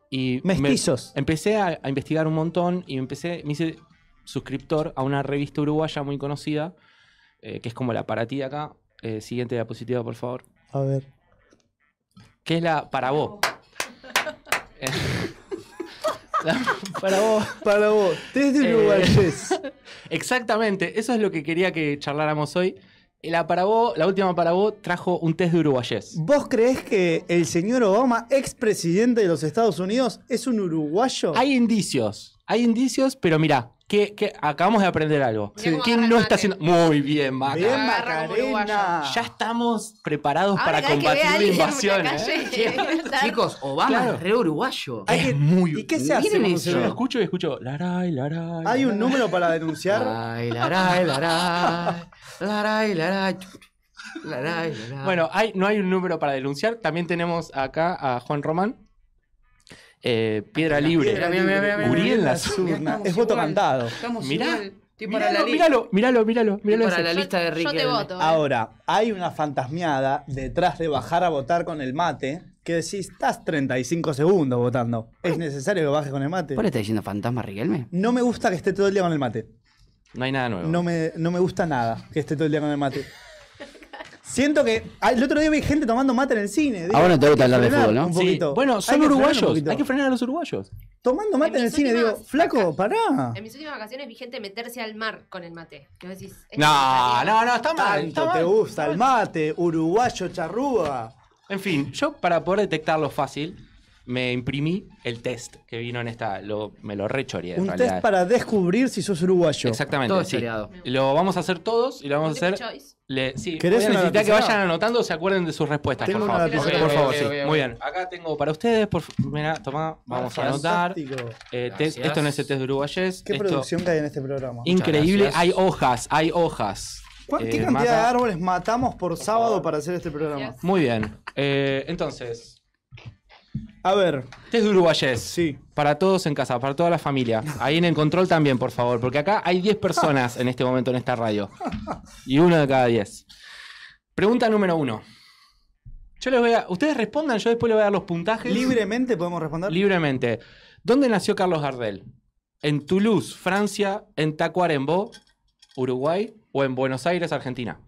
J: Y me- em-
A: Mestizos.
J: empecé a, a investigar un montón y empecé, me hice suscriptor a una revista uruguaya muy conocida, eh, que es como la para ti de acá. Eh, siguiente diapositiva, por favor.
A: A ver.
J: que es la para vos. Eh, la para vos.
A: Para vos, desde
J: Eh,
A: uruguayes.
J: Exactamente, eso es lo que quería que charláramos hoy. Eh, La para vos, la última para vos, trajo un test de uruguayés.
A: ¿Vos creés que el señor Obama, expresidente de los Estados Unidos, es un uruguayo?
J: Hay indicios, hay indicios, pero mirá, que, que acabamos de aprender algo.
C: Mirá cómo
J: Que
C: agarra el
J: no
C: mate.
J: está haciendo. Muy bien,
A: Bien,
J: Maca.
C: Agarra como
A: Macarena.
C: uruguayo.
J: Ya estamos preparados
C: Ahora
J: para
C: cada vez que vea
J: combatir
C: a
J: la
C: alguien en una
J: invasión. ¿eh?
C: calle,
B: Chicos, Obama
J: Claro.
B: es re uruguayo.
A: Hay que-
J: Es muy.
A: ¿Y qué se hace?
B: Miren
A: cuando
B: eso.
A: se
J: Yo lo
A: ve?
J: escucho y escucho. Laray, laray.
A: Hay un
J: laray.
A: número para
B: Ah.
A: denunciar.
B: Ay, laray, laray. Laray, laray. Laray, laray.
J: Bueno, ah, hay, no hay un número para denunciar. También tenemos acá a Juan Román. Eh, piedra libre.
B: Mirá, mirá, mirá, mirá, mirá.
J: Uriel
A: Las
J: Lazú.
A: urnas.
B: Mirá, estamos
A: Es voto
B: igual.
A: cantado.
B: Estamos
J: Mirá.
B: igual. Estoy para la
J: Míralo,
B: li-
J: míralo, míralo, míralo,
B: estoy
J: míralo
B: para
J: ese.
B: la lista de
C: Yo
B: Ricky.
C: te voto. eh.
A: Ahora, hay una fantasmeada detrás de bajar a votar con el mate que decís, estás 35 segundos votando. ¿Es necesario que bajes con el mate?
B: ¿Vos le estás diciendo fantasma, Riquelme?
A: No me gusta que esté todo el día con el mate.
J: No hay nada nuevo.
A: No me, no me gusta nada que esté todo el día con el mate. Siento que ah, el otro día vi gente tomando mate en el cine. digo,
B: Ahora no te
A: hay
B: gusta
A: que
B: hablar de
A: frenar
B: fútbol, ¿no?
A: un
J: Sí,
A: poquito.
J: Bueno,
A: Hay
J: son
A: que frenar un
J: uruguayos.
A: poquito.
J: Hay que frenar a los uruguayos.
A: Tomando mate en,
C: En
A: el
C: mis
A: cine, digo,
C: últimas
A: flaco,
C: vaca-
A: pará.
C: En mis últimas vacaciones vi gente meterse al mar con el mate. Que vos decís, es
J: No,
C: necesario.
J: no, no, está mal. está
A: Tanto te
J: mal.
A: gusta el mate, uruguayo, charrúa.
J: En fin, yo para poder detectarlo fácil, me imprimí el test que vino en esta. Lo, me lo rechoreé. en
A: Un
J: realidad.
A: test para descubrir si sos uruguayo.
J: Exactamente.
B: Todo
J: sí.
B: choreado.
J: Lo vamos a hacer todos y lo vamos a
C: Multiple
J: hacer
C: choice.
J: Le, sí, voy a
A: ¿Querés una
J: necesitar que
A: lapicera?
J: vayan anotando, se acuerden de sus respuestas,
A: Tengo
J: por
A: una
J: favor.
A: lapicera.
J: Ok, por
A: Ok,
J: favor,
B: ok,
J: sí.
B: ok, ok.
J: Muy bien. Acá tengo para ustedes, por mira, toma, vamos a anotar.
A: Fantástico.
J: Eh,
B: Gracias.
J: test- esto no
B: este
J: es el test de Uruguayes.
A: Qué
J: esto-
A: producción que hay en este programa.
J: Increíble,
B: Muchas gracias.
J: hay hojas, hay hojas.
A: ¿Cuán- ¿Qué
J: Eh,
A: cantidad de
J: Maca-
A: árboles matamos por, sábado para hacer este programa?
C: Gracias.
J: Muy bien. Eh, entonces,
A: A ver,
J: test de Uruguayes.
A: sí.
J: Para todos en casa, para toda la familia. Ahí en el control también, por favor, porque acá hay 10 personas en este momento en esta radio. Y uno de cada 10. Pregunta número uno. Yo les voy a. Ustedes respondan, yo después les voy a dar los puntajes.
A: ¿Libremente podemos responder?
J: Libremente. ¿Dónde nació Carlos Gardel? ¿En Toulouse, Francia? ¿En Tacuarembó, Uruguay? ¿O en Buenos Aires, Argentina?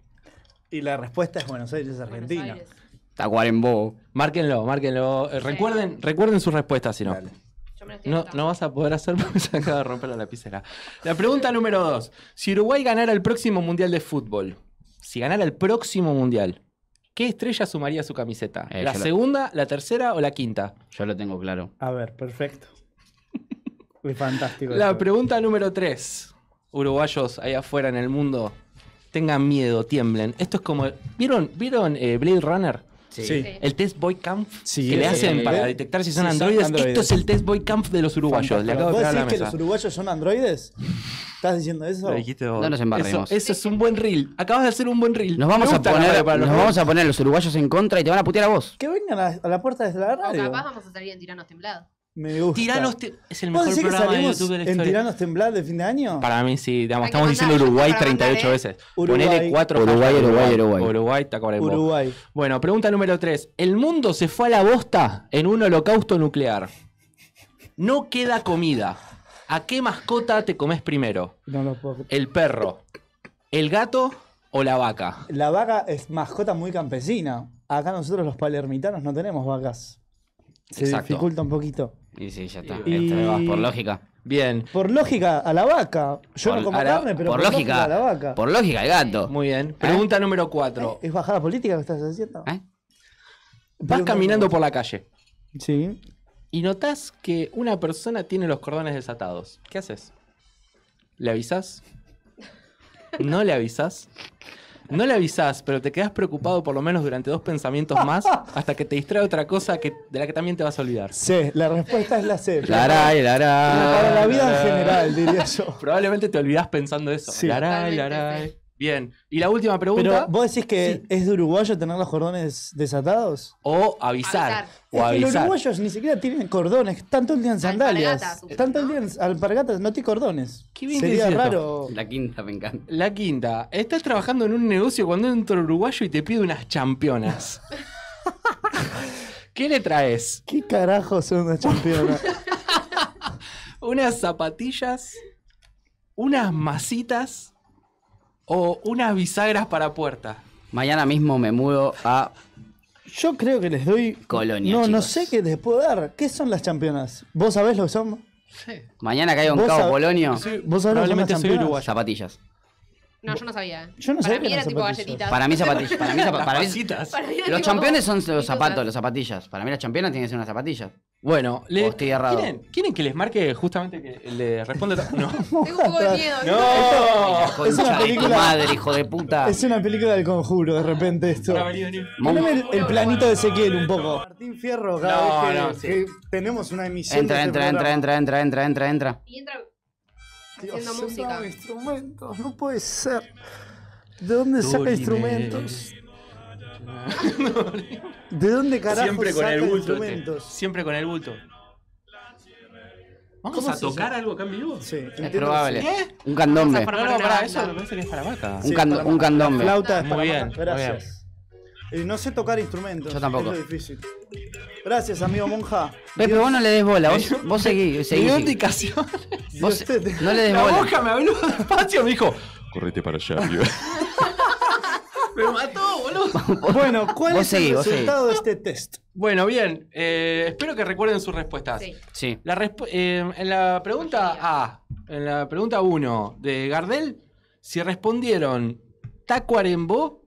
A: y la respuesta es Buenos Aires,
C: Buenos
A: Argentina.
C: Aires.
B: Tacuarembó.
J: Márquenlo, márquenlo. Eh, Recuerden, recuerden sus respuestas, si no.
A: Dale.
C: Yo me lo estoy
J: No,
C: anotando.
J: no vas a poder hacer porque se acaba de romper la lapicera. La pregunta número dos. Si Uruguay ganara el próximo Mundial de Fútbol, si ganara el próximo Mundial, ¿qué estrella sumaría a su camiseta?
B: Eh,
J: ¿La
B: yo la-
J: segunda, la tercera o la quinta?
B: Yo lo tengo claro.
A: A ver, perfecto. Es fantástico.
J: La
A: esto.
J: pregunta número 3. Uruguayos allá afuera en el mundo, tengan miedo, tiemblen. Esto es como. ¿Vieron, ¿vieron eh, Blade Runner?
A: Sí.
C: Sí.
J: El test Boy Camp
A: Sí,
J: que le
A: sí,
J: hacen
A: sí.
J: para detectar si son
A: Sí, son
J: androides.
A: androides.
J: Esto es el test Boy Camp de los uruguayos. Le acabo de
A: ¿Vos
J: tirar a la
A: decís que
J: mesa.
A: los uruguayos son androides? ¿Estás diciendo eso?
J: Lo dijiste vos. No nos
B: embarremos.
J: Eso, eso es un buen reel. Acabas de hacer un buen reel.
B: Nos vamos
J: Me
B: a
J: gusta la radio
B: poner,
J: para los
B: nos
J: reels.
B: vamos a poner los uruguayos en contra y te van a putear a vos.
A: Que vengan a la, a la puerta de la
C: O
A: radio.
C: capaz vamos a salir en Tiranos Temblados.
A: Me gusta.
J: Tiranos te- es el
A: ¿Vos
J: mejor
A: decís que
J: programa de
A: salimos
J: YouTube de la
A: en
J: historia.
A: Tiranos Temblar de fin de año?
J: Para mí sí, digamos,
C: Hay que
J: estamos diciendo
C: mandar,
J: Uruguay
C: para
J: 38
C: mandar,
J: veces.
A: Uruguay.
J: Ponele 4
B: Uruguay, Uruguay, Uruguay.
J: Uruguay, Tacuarembó.
A: Uruguay.
J: Bueno, pregunta número 3. El mundo se fue a la bosta en un holocausto nuclear. No queda comida. ¿A qué mascota te comes primero?
A: No lo puedo.
J: ¿El perro? ¿El gato o la vaca?
A: La vaca es mascota muy campesina. Acá nosotros los palermitanos no tenemos vacas. Se
J: Exacto.
A: dificulta un poquito.
B: Y sí, ya está.
J: Y-
B: Ahí te vas por lógica.
J: Bien,
A: Por lógica, a la vaca. Yo
B: Por-
A: no como
B: a la-
A: carne, pero
B: por lógica,
A: a la vaca. Eh,
B: Por lógica, el gato.
J: muy bien. Pregunta número 4.
A: ¿Es bajada política que estás haciendo?
B: ¿Eh?
J: Vas caminando por la calle
A: Sí.
J: y notas que una persona tiene los cordones desatados. ¿Qué haces? ¿Le avisas? ¿No le avisas? No le avisas, pero te quedas preocupado por lo menos durante dos pensamientos más hasta que te distrae otra cosa que, de la que también te vas a olvidar.
A: C, la respuesta es la C.
B: Laray,
A: Para la
B: laray.
A: vida en general, diría yo.
J: Probablemente te olvidás pensando eso.
A: Sí.
J: Laray,
C: Totalmente,
J: laray.
C: sí.
J: Bien. Y la última pregunta.
A: Pero vos decís que es de uruguayo tener los cordones desatados.
J: O avisar.
C: Avisar.
J: O
A: Es que los
J: avisar.
A: uruguayos ni siquiera tienen cordones, están todo el día en sandalias.
C: Alpargatas, supongo,
A: Están todo el día en alpargatas, no tiene cordones.
J: Qué bien que
A: Sería
J: decís esto.
A: raro.
B: La quinta me encanta.
J: La quinta. Estás trabajando en un negocio cuando entra un uruguayo y te pide unas championas. ¿Qué le traes?
A: ¿Qué carajo son una championa?
J: ¿Unas zapatillas? ¿Unas masitas? ¿O unas bisagras para puerta?
B: Mañana mismo me mudo a.
A: Yo creo que les doy.
B: Colonia,
A: No, no
B: chicos.
A: sé qué les puedo dar. ¿Qué son las campeonas? ¿Vos sabés lo que son?
B: Mañana caigo en
A: Vos
B: Cabo
A: sab-
H: Assim,
B: Polonio.
A: ¿Vos sabés lo que son las
H: é
J: Probablemente soy
A: campeonas?
J: uruguayo.
B: Zapatillas.
C: No, yo no sabía. ¿eh?
A: Yo no
C: Para
A: sabía que
C: mí era
A: eran
C: tipo
A: zapatillas.
C: galletitas.
B: Para mí, zapatillas. Para mí, zapa- para mí-
J: Masitas.
C: Para mí era
B: Los
C: tipo
B: campeones son
C: como-
B: los zapatos,
C: Entonces,
B: las zapatillas. Para mí, las championas tienen que ser unas zapatillas.
J: Bueno, le-
B: O estoy errado.
J: ¿quieren, quieren que les marque justamente que le responda? No.
C: Tengo un poco de miedo.
J: ¡No!
B: La concha
A: una
B: de tu
A: película-
B: madre, hijo de puta.
A: Es una película del conjuro, de repente esto.
J: Ahora vení, vení.
B: Mon-
A: Poneme el, el planito de Ezequiel un poco. Martín Fierro,
J: No,
A: cada
J: no,
A: vez
J: sí.
A: que, que tenemos una emisión. este
B: Entra, entra, entra, entra, entra, entra, entra, entra.
C: Y entra
A: Dios,
C: haciendo música.
A: sacaba instrumentos, no puede ser. ¿De dónde
J: Tú
A: saca
J: dime.
A: instrumentos? ¿De dónde carajo
J: Siempre con
A: saca
J: el bulto. este.
A: instrumentos?
J: Siempre con el bulto. eh? ¿Vamos
A: ¿Cómo
J: a
A: se
J: tocar algo acá en vivo?
A: Sí, entiendo
B: Es
A: que
B: probable.
A: sí.
B: Un candombe.
C: Vamos
J: No,
C: Para
J: no, para
C: banda.
J: eso me parece que es para vaca.
B: Un,
A: Sí,
B: cando-
A: para-
B: un candombe.
A: Flauta es
J: Muy
A: para
J: bien,
A: Maca,
J: muy
A: Gracias. Eh, no sé tocar instrumentos.
B: Yo tampoco.
A: Es lo difícil. Gracias, amigo monja.
B: Pepe,
A: Dios-
B: vos no le des bola. Vos, vos seguí, seguí.
J: Miró
B: seguí.
J: indicación.
B: Vos
A: Dios te-
B: no le des
J: este La
B: bola.
J: boca me habló despacio, me dijo.
F: Correte para allá,
J: Me mató, boludo.
A: Bueno, ¿cuál
B: Vos
A: es
B: seguí,
A: el
B: vos seguí.
A: resultado de este test?
J: Bueno, bien. eh, espero que recuerden sus respuestas.
C: Sí.
B: Sí.
J: La resp- eh, en la pregunta A, en la pregunta 1 de Gardel, si respondieron Tacuarembó,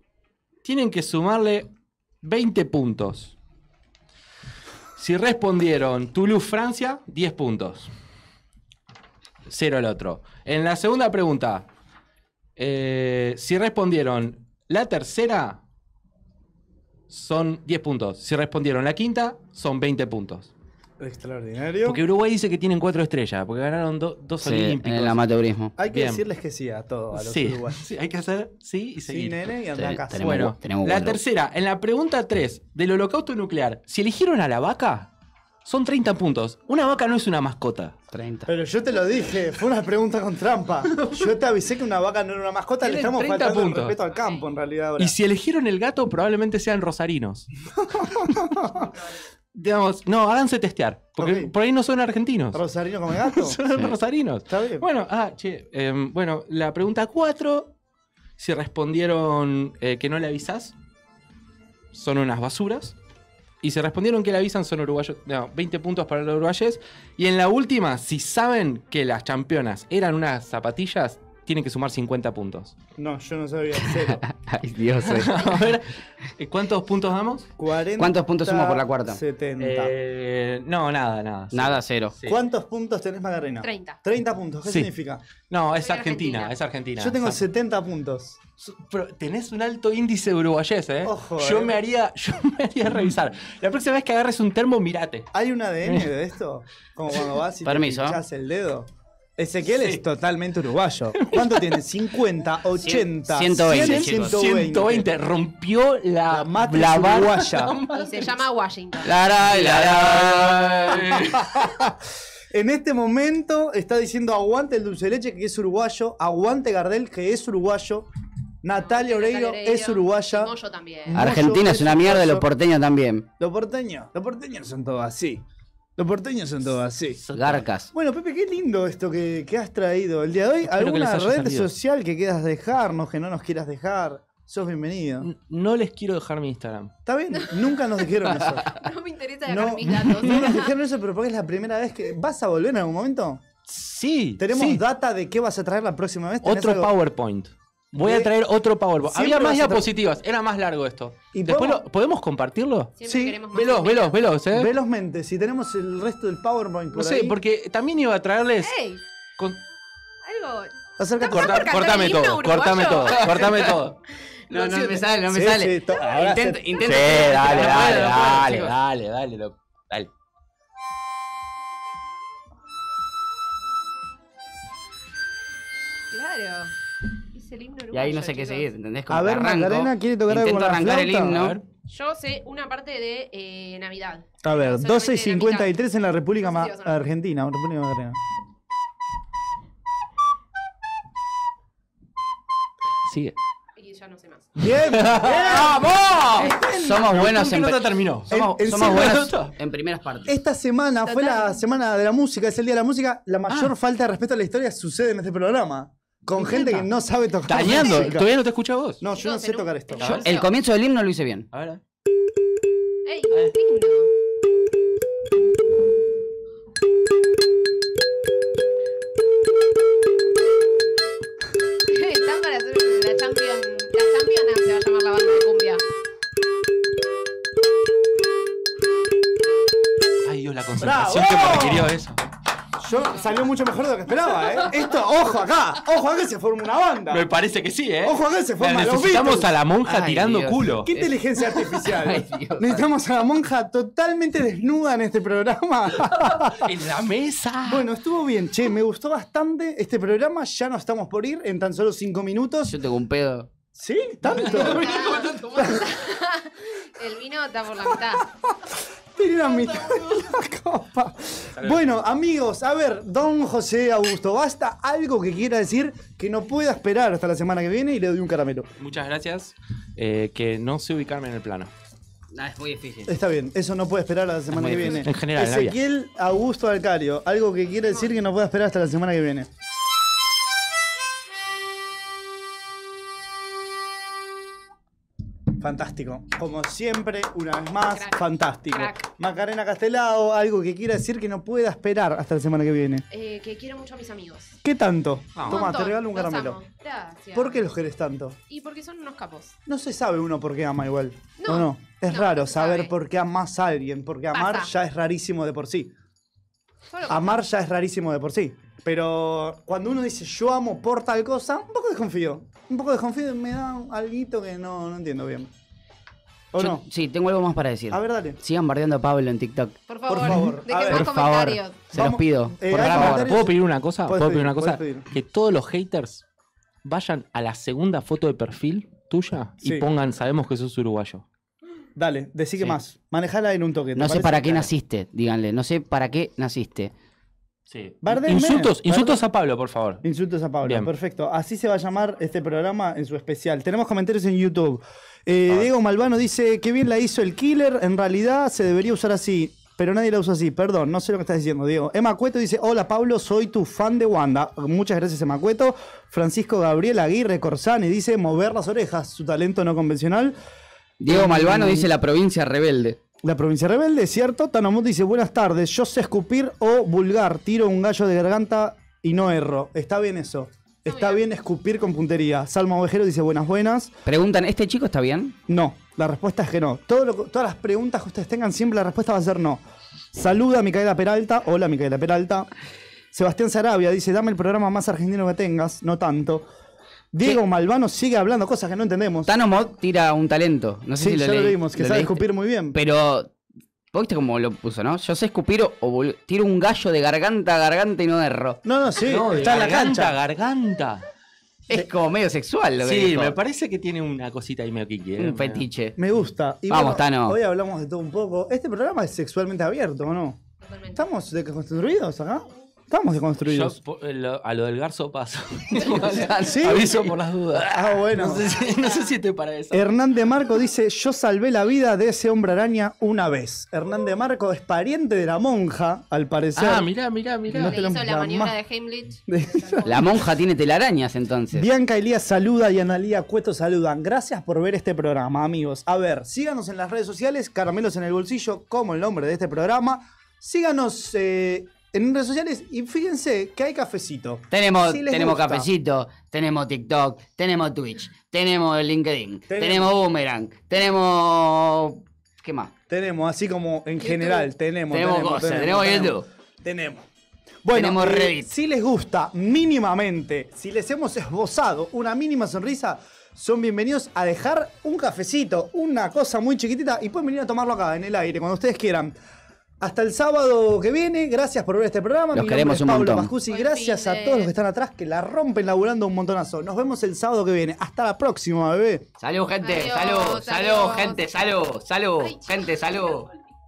J: tienen que sumarle 20 puntos. Si respondieron Toulouse, Francia, 10 puntos. Cero el otro. En la segunda pregunta, eh, si respondieron la tercera, son 10 puntos. Si respondieron la quinta, son 20 puntos.
A: Extraordinario.
J: Porque Uruguay dice que tienen cuatro estrellas, porque ganaron do- dos
B: sí, en
J: olímpicos.
B: el amateurismo.
A: Hay que
J: Bien.
A: decirles que sí a todo, a los
J: sí,
A: uruguayos.
J: sí, hay que hacer sí
A: Sí,
J: y seguir.
A: nene, y anda
B: Sí,
A: a casa.
B: tenemos-
J: bueno,
B: tenemos
J: la
B: cuatro.
J: tercera, en la pregunta 3 del holocausto nuclear, si eligieron a la vaca, son 30 puntos. Una vaca no es una mascota.
B: 30.
A: Pero yo te lo dije, fue una pregunta con trampa. Yo te avisé que una vaca no era una mascota, le
J: Tienen
A: estamos
J: 30
A: faltando el
J: puntos.
A: respeto al campo en realidad ahora.
J: Y si eligieron el gato, probablemente sean rosarinos. Digamos, no, háganse testear, porque
A: Ok.
J: por ahí no son argentinos.
A: ¿Rosarino come gato?
J: son rosarinos.
A: Está bien.
J: Bueno, ah, che, em, bueno, la pregunta 4, si respondieron eh, que no le avisas, son unas basuras. Y si respondieron que le avisan, son uruguayos. No, 20 puntos para los uruguayes. Y en la última, si saben que las campeonas eran unas zapatillas, tienen que sumar 50 puntos.
A: No, yo no sabía, cero.
B: Ay, Dios. eh.
J: A ver, eh, ¿cuántos puntos damos?
A: 40,
B: ¿Cuántos puntos sumo por la cuarta?
A: 70.
J: Eh, no, nada, nada. sí.
B: Nada, cero.
J: Sí.
A: ¿Cuántos puntos tenés, Magarena?
C: 30.
A: 30 puntos, ¿qué
J: Sí.
A: significa?
J: No, es
C: Soy
J: Argentina,
C: argentina.
J: es Argentina.
A: Yo tengo
J: Exacto.
A: 70 puntos.
J: Su- Pero tenés un alto índice de uruguayés, ¿eh?
A: Ojo,
J: yo,
A: eh.
J: Me haría, yo me haría revisar. La próxima vez que agarres un termo, mirate.
A: ¿Hay un ADN de esto? Como cuando vas y
B: Permiso.
A: te pinchás el dedo. Ezequiel es totalmente uruguayo. ¿Cuánto tiene? 50, 80,
B: 120,
A: 100,
B: chicos.
J: 120, rompió la,
A: La matriz
J: la bar-
A: uruguaya.
C: Y se llama Washington.
B: Laray, laray.
A: En este momento está diciendo aguante el dulce de leche que es uruguayo, aguante Gardel que es uruguayo, Natalia Oreiro es uruguaya.
C: No, yo también.
A: Moyo
B: Argentina es una mierda y los porteños también.
A: Los porteños, los porteños son todos así. Los porteños son todos así.
B: Garcas.
A: Bueno, Pepe, qué lindo esto que, que has traído el día de hoy.
J: Espero que les
A: ¿Alguna
J: haya
A: red
J: servido.
A: social que quieras dejarnos, que no nos quieras dejar? Sos bienvenido.
J: No les quiero dejar mi Instagram.
A: Está bien, nunca nos dijeron eso.
C: No me interesa dejar
A: No,
C: mis datos.
A: no nos dijeron eso, pero porque es la primera vez que. ¿Vas a volver en algún momento?
J: Sí.
A: ¿Tenemos
J: sí.
A: data de qué vas a traer la próxima vez? ¿Tenés
J: Otro
A: algo?
J: PowerPoint. Voy
A: De-
J: a traer otro PowerPoint.
A: Siempre
J: Había más
A: vas a tra-
J: diapositivas. Era más largo esto.
A: Y
J: Después
A: podemos-
J: lo- ¿Podemos compartirlo?
C: Siempre
A: Sí,
C: queremos más
J: Veloz,
C: comida.
J: veloz, veloz, ¿eh?
A: Velozmente, si tenemos el resto del PowerPoint por
J: no sé,
A: ahí,
J: porque también iba a traerles.
C: ¡Ey!
J: con-
C: Algo.
A: acércate.
C: Corta-
J: Corta-
C: por cantar
J: cortame,
C: el himno
J: todo,
C: uruguayo?
J: cortame todo, cortame todo.
B: No, no me sale, no me
A: Sí,
B: sale.
A: sí, to- ahora
B: Intento,
A: se-
B: intento.
J: dale,
B: No puedo,
J: dale,
B: no puedo,
J: dale,
B: chicos.
J: dale, dale, loco. Dale.
C: Claro. Es el himno
B: Y ahí no sé
C: uruguayo,
B: qué
C: chicos.
B: seguir, ¿entendés? Como
A: A
B: que
A: ver,
B: arranco,
A: Magdalena quiere tocar algo
B: intento
A: con la
B: arrancar el
A: flauta.
B: himno.
J: A ver.
C: Yo sé una parte de eh, Navidad.
A: A ver,
C: Solamente
A: 12 y 53 en la República
C: No sé si
A: Ma-
C: vas a-
A: Argentina. República Magdalena.
J: Sigue.
C: Y ya no sé más.
A: Bien, bien.
B: Oh.
J: ¡Vamos!
B: Somos buenos
J: ¿Con
B: en,
J: qué nota
B: pe-
J: terminó?
B: somos,
A: En-
B: somos
A: encima-
B: buenos en primeras partes.
A: Esta semana fue la semana de la música, es el día de la música.
J: Ah.
A: La mayor falta de respeto a la historia sucede en este programa. Con gente que no sabe tocar
J: Tañando,
A: música.
J: todavía no te escucha vos.
A: No, yo no
C: Chicos,
A: sé
C: en un-
A: tocar esto.
C: en un-
B: El comienzo del himno lo hice bien.
J: A ver.
C: ¡Ey! ¡Lindo! Están para hacer la champion. La championa se va a llamar la banda de cumbia.
J: Ay, Dios, la concentración que me requirió eso.
A: Yo salió mucho mejor de lo que esperaba, ¿eh? Esto, ojo acá, ojo acá que se forma una banda.
J: Me parece que sí, ¿eh?
A: Ojo acá se
J: La
A: forma los
J: necesitamos
A: Beatles.
J: a la monja
B: Ay,
J: tirando
B: Dios.
J: culo.
A: ¿Qué inteligencia artificial?
B: Ay, Dios.
A: Necesitamos a la monja totalmente desnuda en este programa.
J: En la mesa.
A: bueno, estuvo bien, che, me gustó bastante este programa. Ya nos estamos por ir en tan solo cinco minutos.
B: Yo tengo un pedo.
A: ¿Sí? ¿Tanto?
C: El vino está por la mitad.
A: Tiene a mitad de la copa. Bueno, amigos, a ver, don José Augusto, basta algo que quiera decir que no pueda esperar hasta la semana que viene y le doy un caramelo.
J: Muchas gracias. Eh, que no sé ubicarme en el plano.
B: Nah, es muy difícil.
A: Está bien, eso no puede esperar a la semana
J: muy
A: que
J: difícil.
A: viene.
J: En general, la vida.
A: Ezequiel Augusto Alcario, algo que quiere decir que no pueda esperar hasta la semana que viene. Fantástico. Como siempre, una vez más,
C: Crack.
A: fantástico.
C: Crack.
A: Macarena Castelao, algo que quiera decir que no pueda esperar hasta la semana que viene.
C: Eh, que quiero mucho a mis amigos.
A: ¿Qué tanto?
J: Ah.
A: Toma,
C: Montón,
A: te regalo un
C: los
A: caramelo.
C: amo. Gracias.
A: ¿Por qué los querés tanto?
C: Y porque son unos capos.
A: No se sabe uno por qué ama igual.
C: No,
A: No, no. Es
C: no, no
A: raro
C: se
A: saber
C: sabe.
A: por qué amas a alguien, porque amar
C: Pasa.
A: ya es rarísimo de por sí.
C: Solo
A: Amar ya es rarísimo de por sí. Pero cuando uno dice yo amo por tal cosa, un poco desconfío. Un poco desconfío y me da algo que no, no entiendo bien. ¿O
B: Yo-
A: no?
B: Sí, tengo algo más para decir.
A: A ver, dale.
B: Sigan bardeando a Pablo en TikTok.
C: Por favor,
A: favor, a
C: dejen
A: ver.
C: más
B: Por favor,
C: comentarios.
B: se
A: Vamos.
B: los pido.
A: Eh,
B: por
A: hay
B: favor.
A: comentarios.
J: ¿Puedo pedir una cosa?
A: Podés
J: Ah, ¿Puedo pedir
A: pedir,
J: una cosa?
A: podés pedir.
J: Que todos los haters vayan a la segunda foto de perfil tuya y
A: Sí.
J: pongan, sabemos que sos uruguayo.
A: Dale, decí que
J: Sí.
A: más. Manejala en un toque. ¿te
B: No sé
A: parece?
B: para qué
A: Dale.
B: naciste, díganle. No sé para qué naciste.
J: Sí.
A: Bardeme.
J: Insultos, insultos
A: Bardeme.
J: a Pablo, por favor.
A: Insultos a Pablo,
J: Bien.
A: perfecto. Así se va a llamar este programa en su especial. Tenemos comentarios en YouTube. Eh, Diego Malvano dice, qué bien la hizo el killer, en realidad se debería usar así, pero nadie la usa así. Perdón, no sé lo que estás diciendo, Diego. Emma Cueto dice, hola Pablo, soy tu fan de Wanda. Muchas gracias, Emma Cueto. Francisco Gabriel Aguirre Corsani dice, mover las orejas, su talento no convencional.
B: Diego Malvano dice la provincia rebelde.
A: La provincia rebelde, ¿cierto? Tanamut dice, buenas tardes, yo sé escupir o vulgar, tiro un gallo de garganta y no erro. Está bien eso. Está
C: bien.
A: bien escupir con puntería. Salma Ovejero dice, buenas, buenas.
B: Preguntan, ¿este chico está bien?
A: No, la respuesta es que no. Todo lo- todas las preguntas que ustedes tengan, siempre la respuesta va a ser no. Saluda a Micaela Peralta. Hola, Micaela Peralta. Sebastián Sarabia dice, dame el programa más argentino que tengas, no tanto. Diego Malvano sigue hablando cosas que no entendemos.
B: Tano Mod tira un talento. No sé
A: sí,
B: si lo
A: ya lo
B: leí-
A: leímos, que
B: lo
A: sabe
B: leíste.
A: escupir muy bien.
B: Pero ¿Vos viste cómo lo puso, no? Yo sé escupir o, o vol- tiro un gallo de garganta a garganta y no de erro.
A: No, no, sí.
J: No, de
A: está en la
J: garganta,
A: cancha.
J: garganta.
B: Es como medio sexual lo que
J: Sí,
B: dijo.
J: me parece que tiene una cosita ahí medio kiki. eh.
B: Un fetiche.
A: Me gusta. Y
B: Vamos,
A: bueno,
B: Tano.
A: Hoy hablamos de todo un poco. Este programa es sexualmente abierto, ¿o no?
C: Totalmente.
A: ¿Estamos deconstruidos acá? Estamos
J: Yo
A: deconstruidos.
J: po- lo- a lo del garzo paso.
A: ¿Sí?
J: Aviso por las dudas.
A: Ah, bueno.
J: No sé si, no sé si estoy para eso.
A: Hernán de Marco dice, yo salvé la vida de ese hombre araña una vez. Hernán de Marco es pariente de la monja, al parecer.
J: Ah, mirá, mirá, mirá.
A: No
C: Le
A: tenemos
C: hizo
A: la
C: la maniobra
A: más-
C: de Heimlich.
B: La monja tiene telarañas entonces.
A: Bianca Elías saluda y Analía Cueto saludan. Gracias por ver este programa, amigos. A ver, síganos en las redes sociales, Caramelos en el Bolsillo, como el nombre de este programa. Síganos eh, en redes sociales y fíjense que hay cafecito.
B: Tenemos,
A: Si les
B: tenemos
A: gusta.
B: cafecito, tenemos TikTok, tenemos Twitch, tenemos LinkedIn, tenemos,
A: Tenemos-
B: Boomerang, tenemos. ¿Qué más?
A: Tenemos, así como en general, tenemos.
B: Tenemos cosas, tenemos YouTube.
A: Tenemos. Bueno,
B: Tenemos
A: eh,
B: Reddit.
A: si les gusta mínimamente, si les hemos esbozado una mínima sonrisa, son bienvenidos a dejar un cafecito, una cosa muy chiquitita, y pueden venir a tomarlo acá, en el aire, cuando ustedes quieran. Hasta el sábado que viene, gracias por ver este programa.
B: Los
A: Mi nombre
B: queremos
A: es
B: un
A: Pablo
B: montón.
A: Pascusi,
C: Buen
A: gracias
C: fin
A: a
C: de-
A: todos los que están atrás, que la rompen laburando un montonazo. Nos vemos el sábado que viene. Hasta la próxima, bebé.
B: Salud, gente,
C: Adiós,
B: salud, salud,
C: adiós.
B: gente, salud, salud,
C: Ay,
B: gente, salud.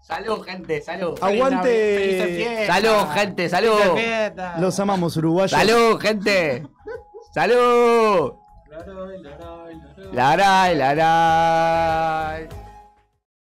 B: Salud, gente, salud.
A: Aguante.
B: Salud, gente, salud.
H: É,
A: Los amamos, uruguayos.
B: Salud, gente. Salud. Laray, laray.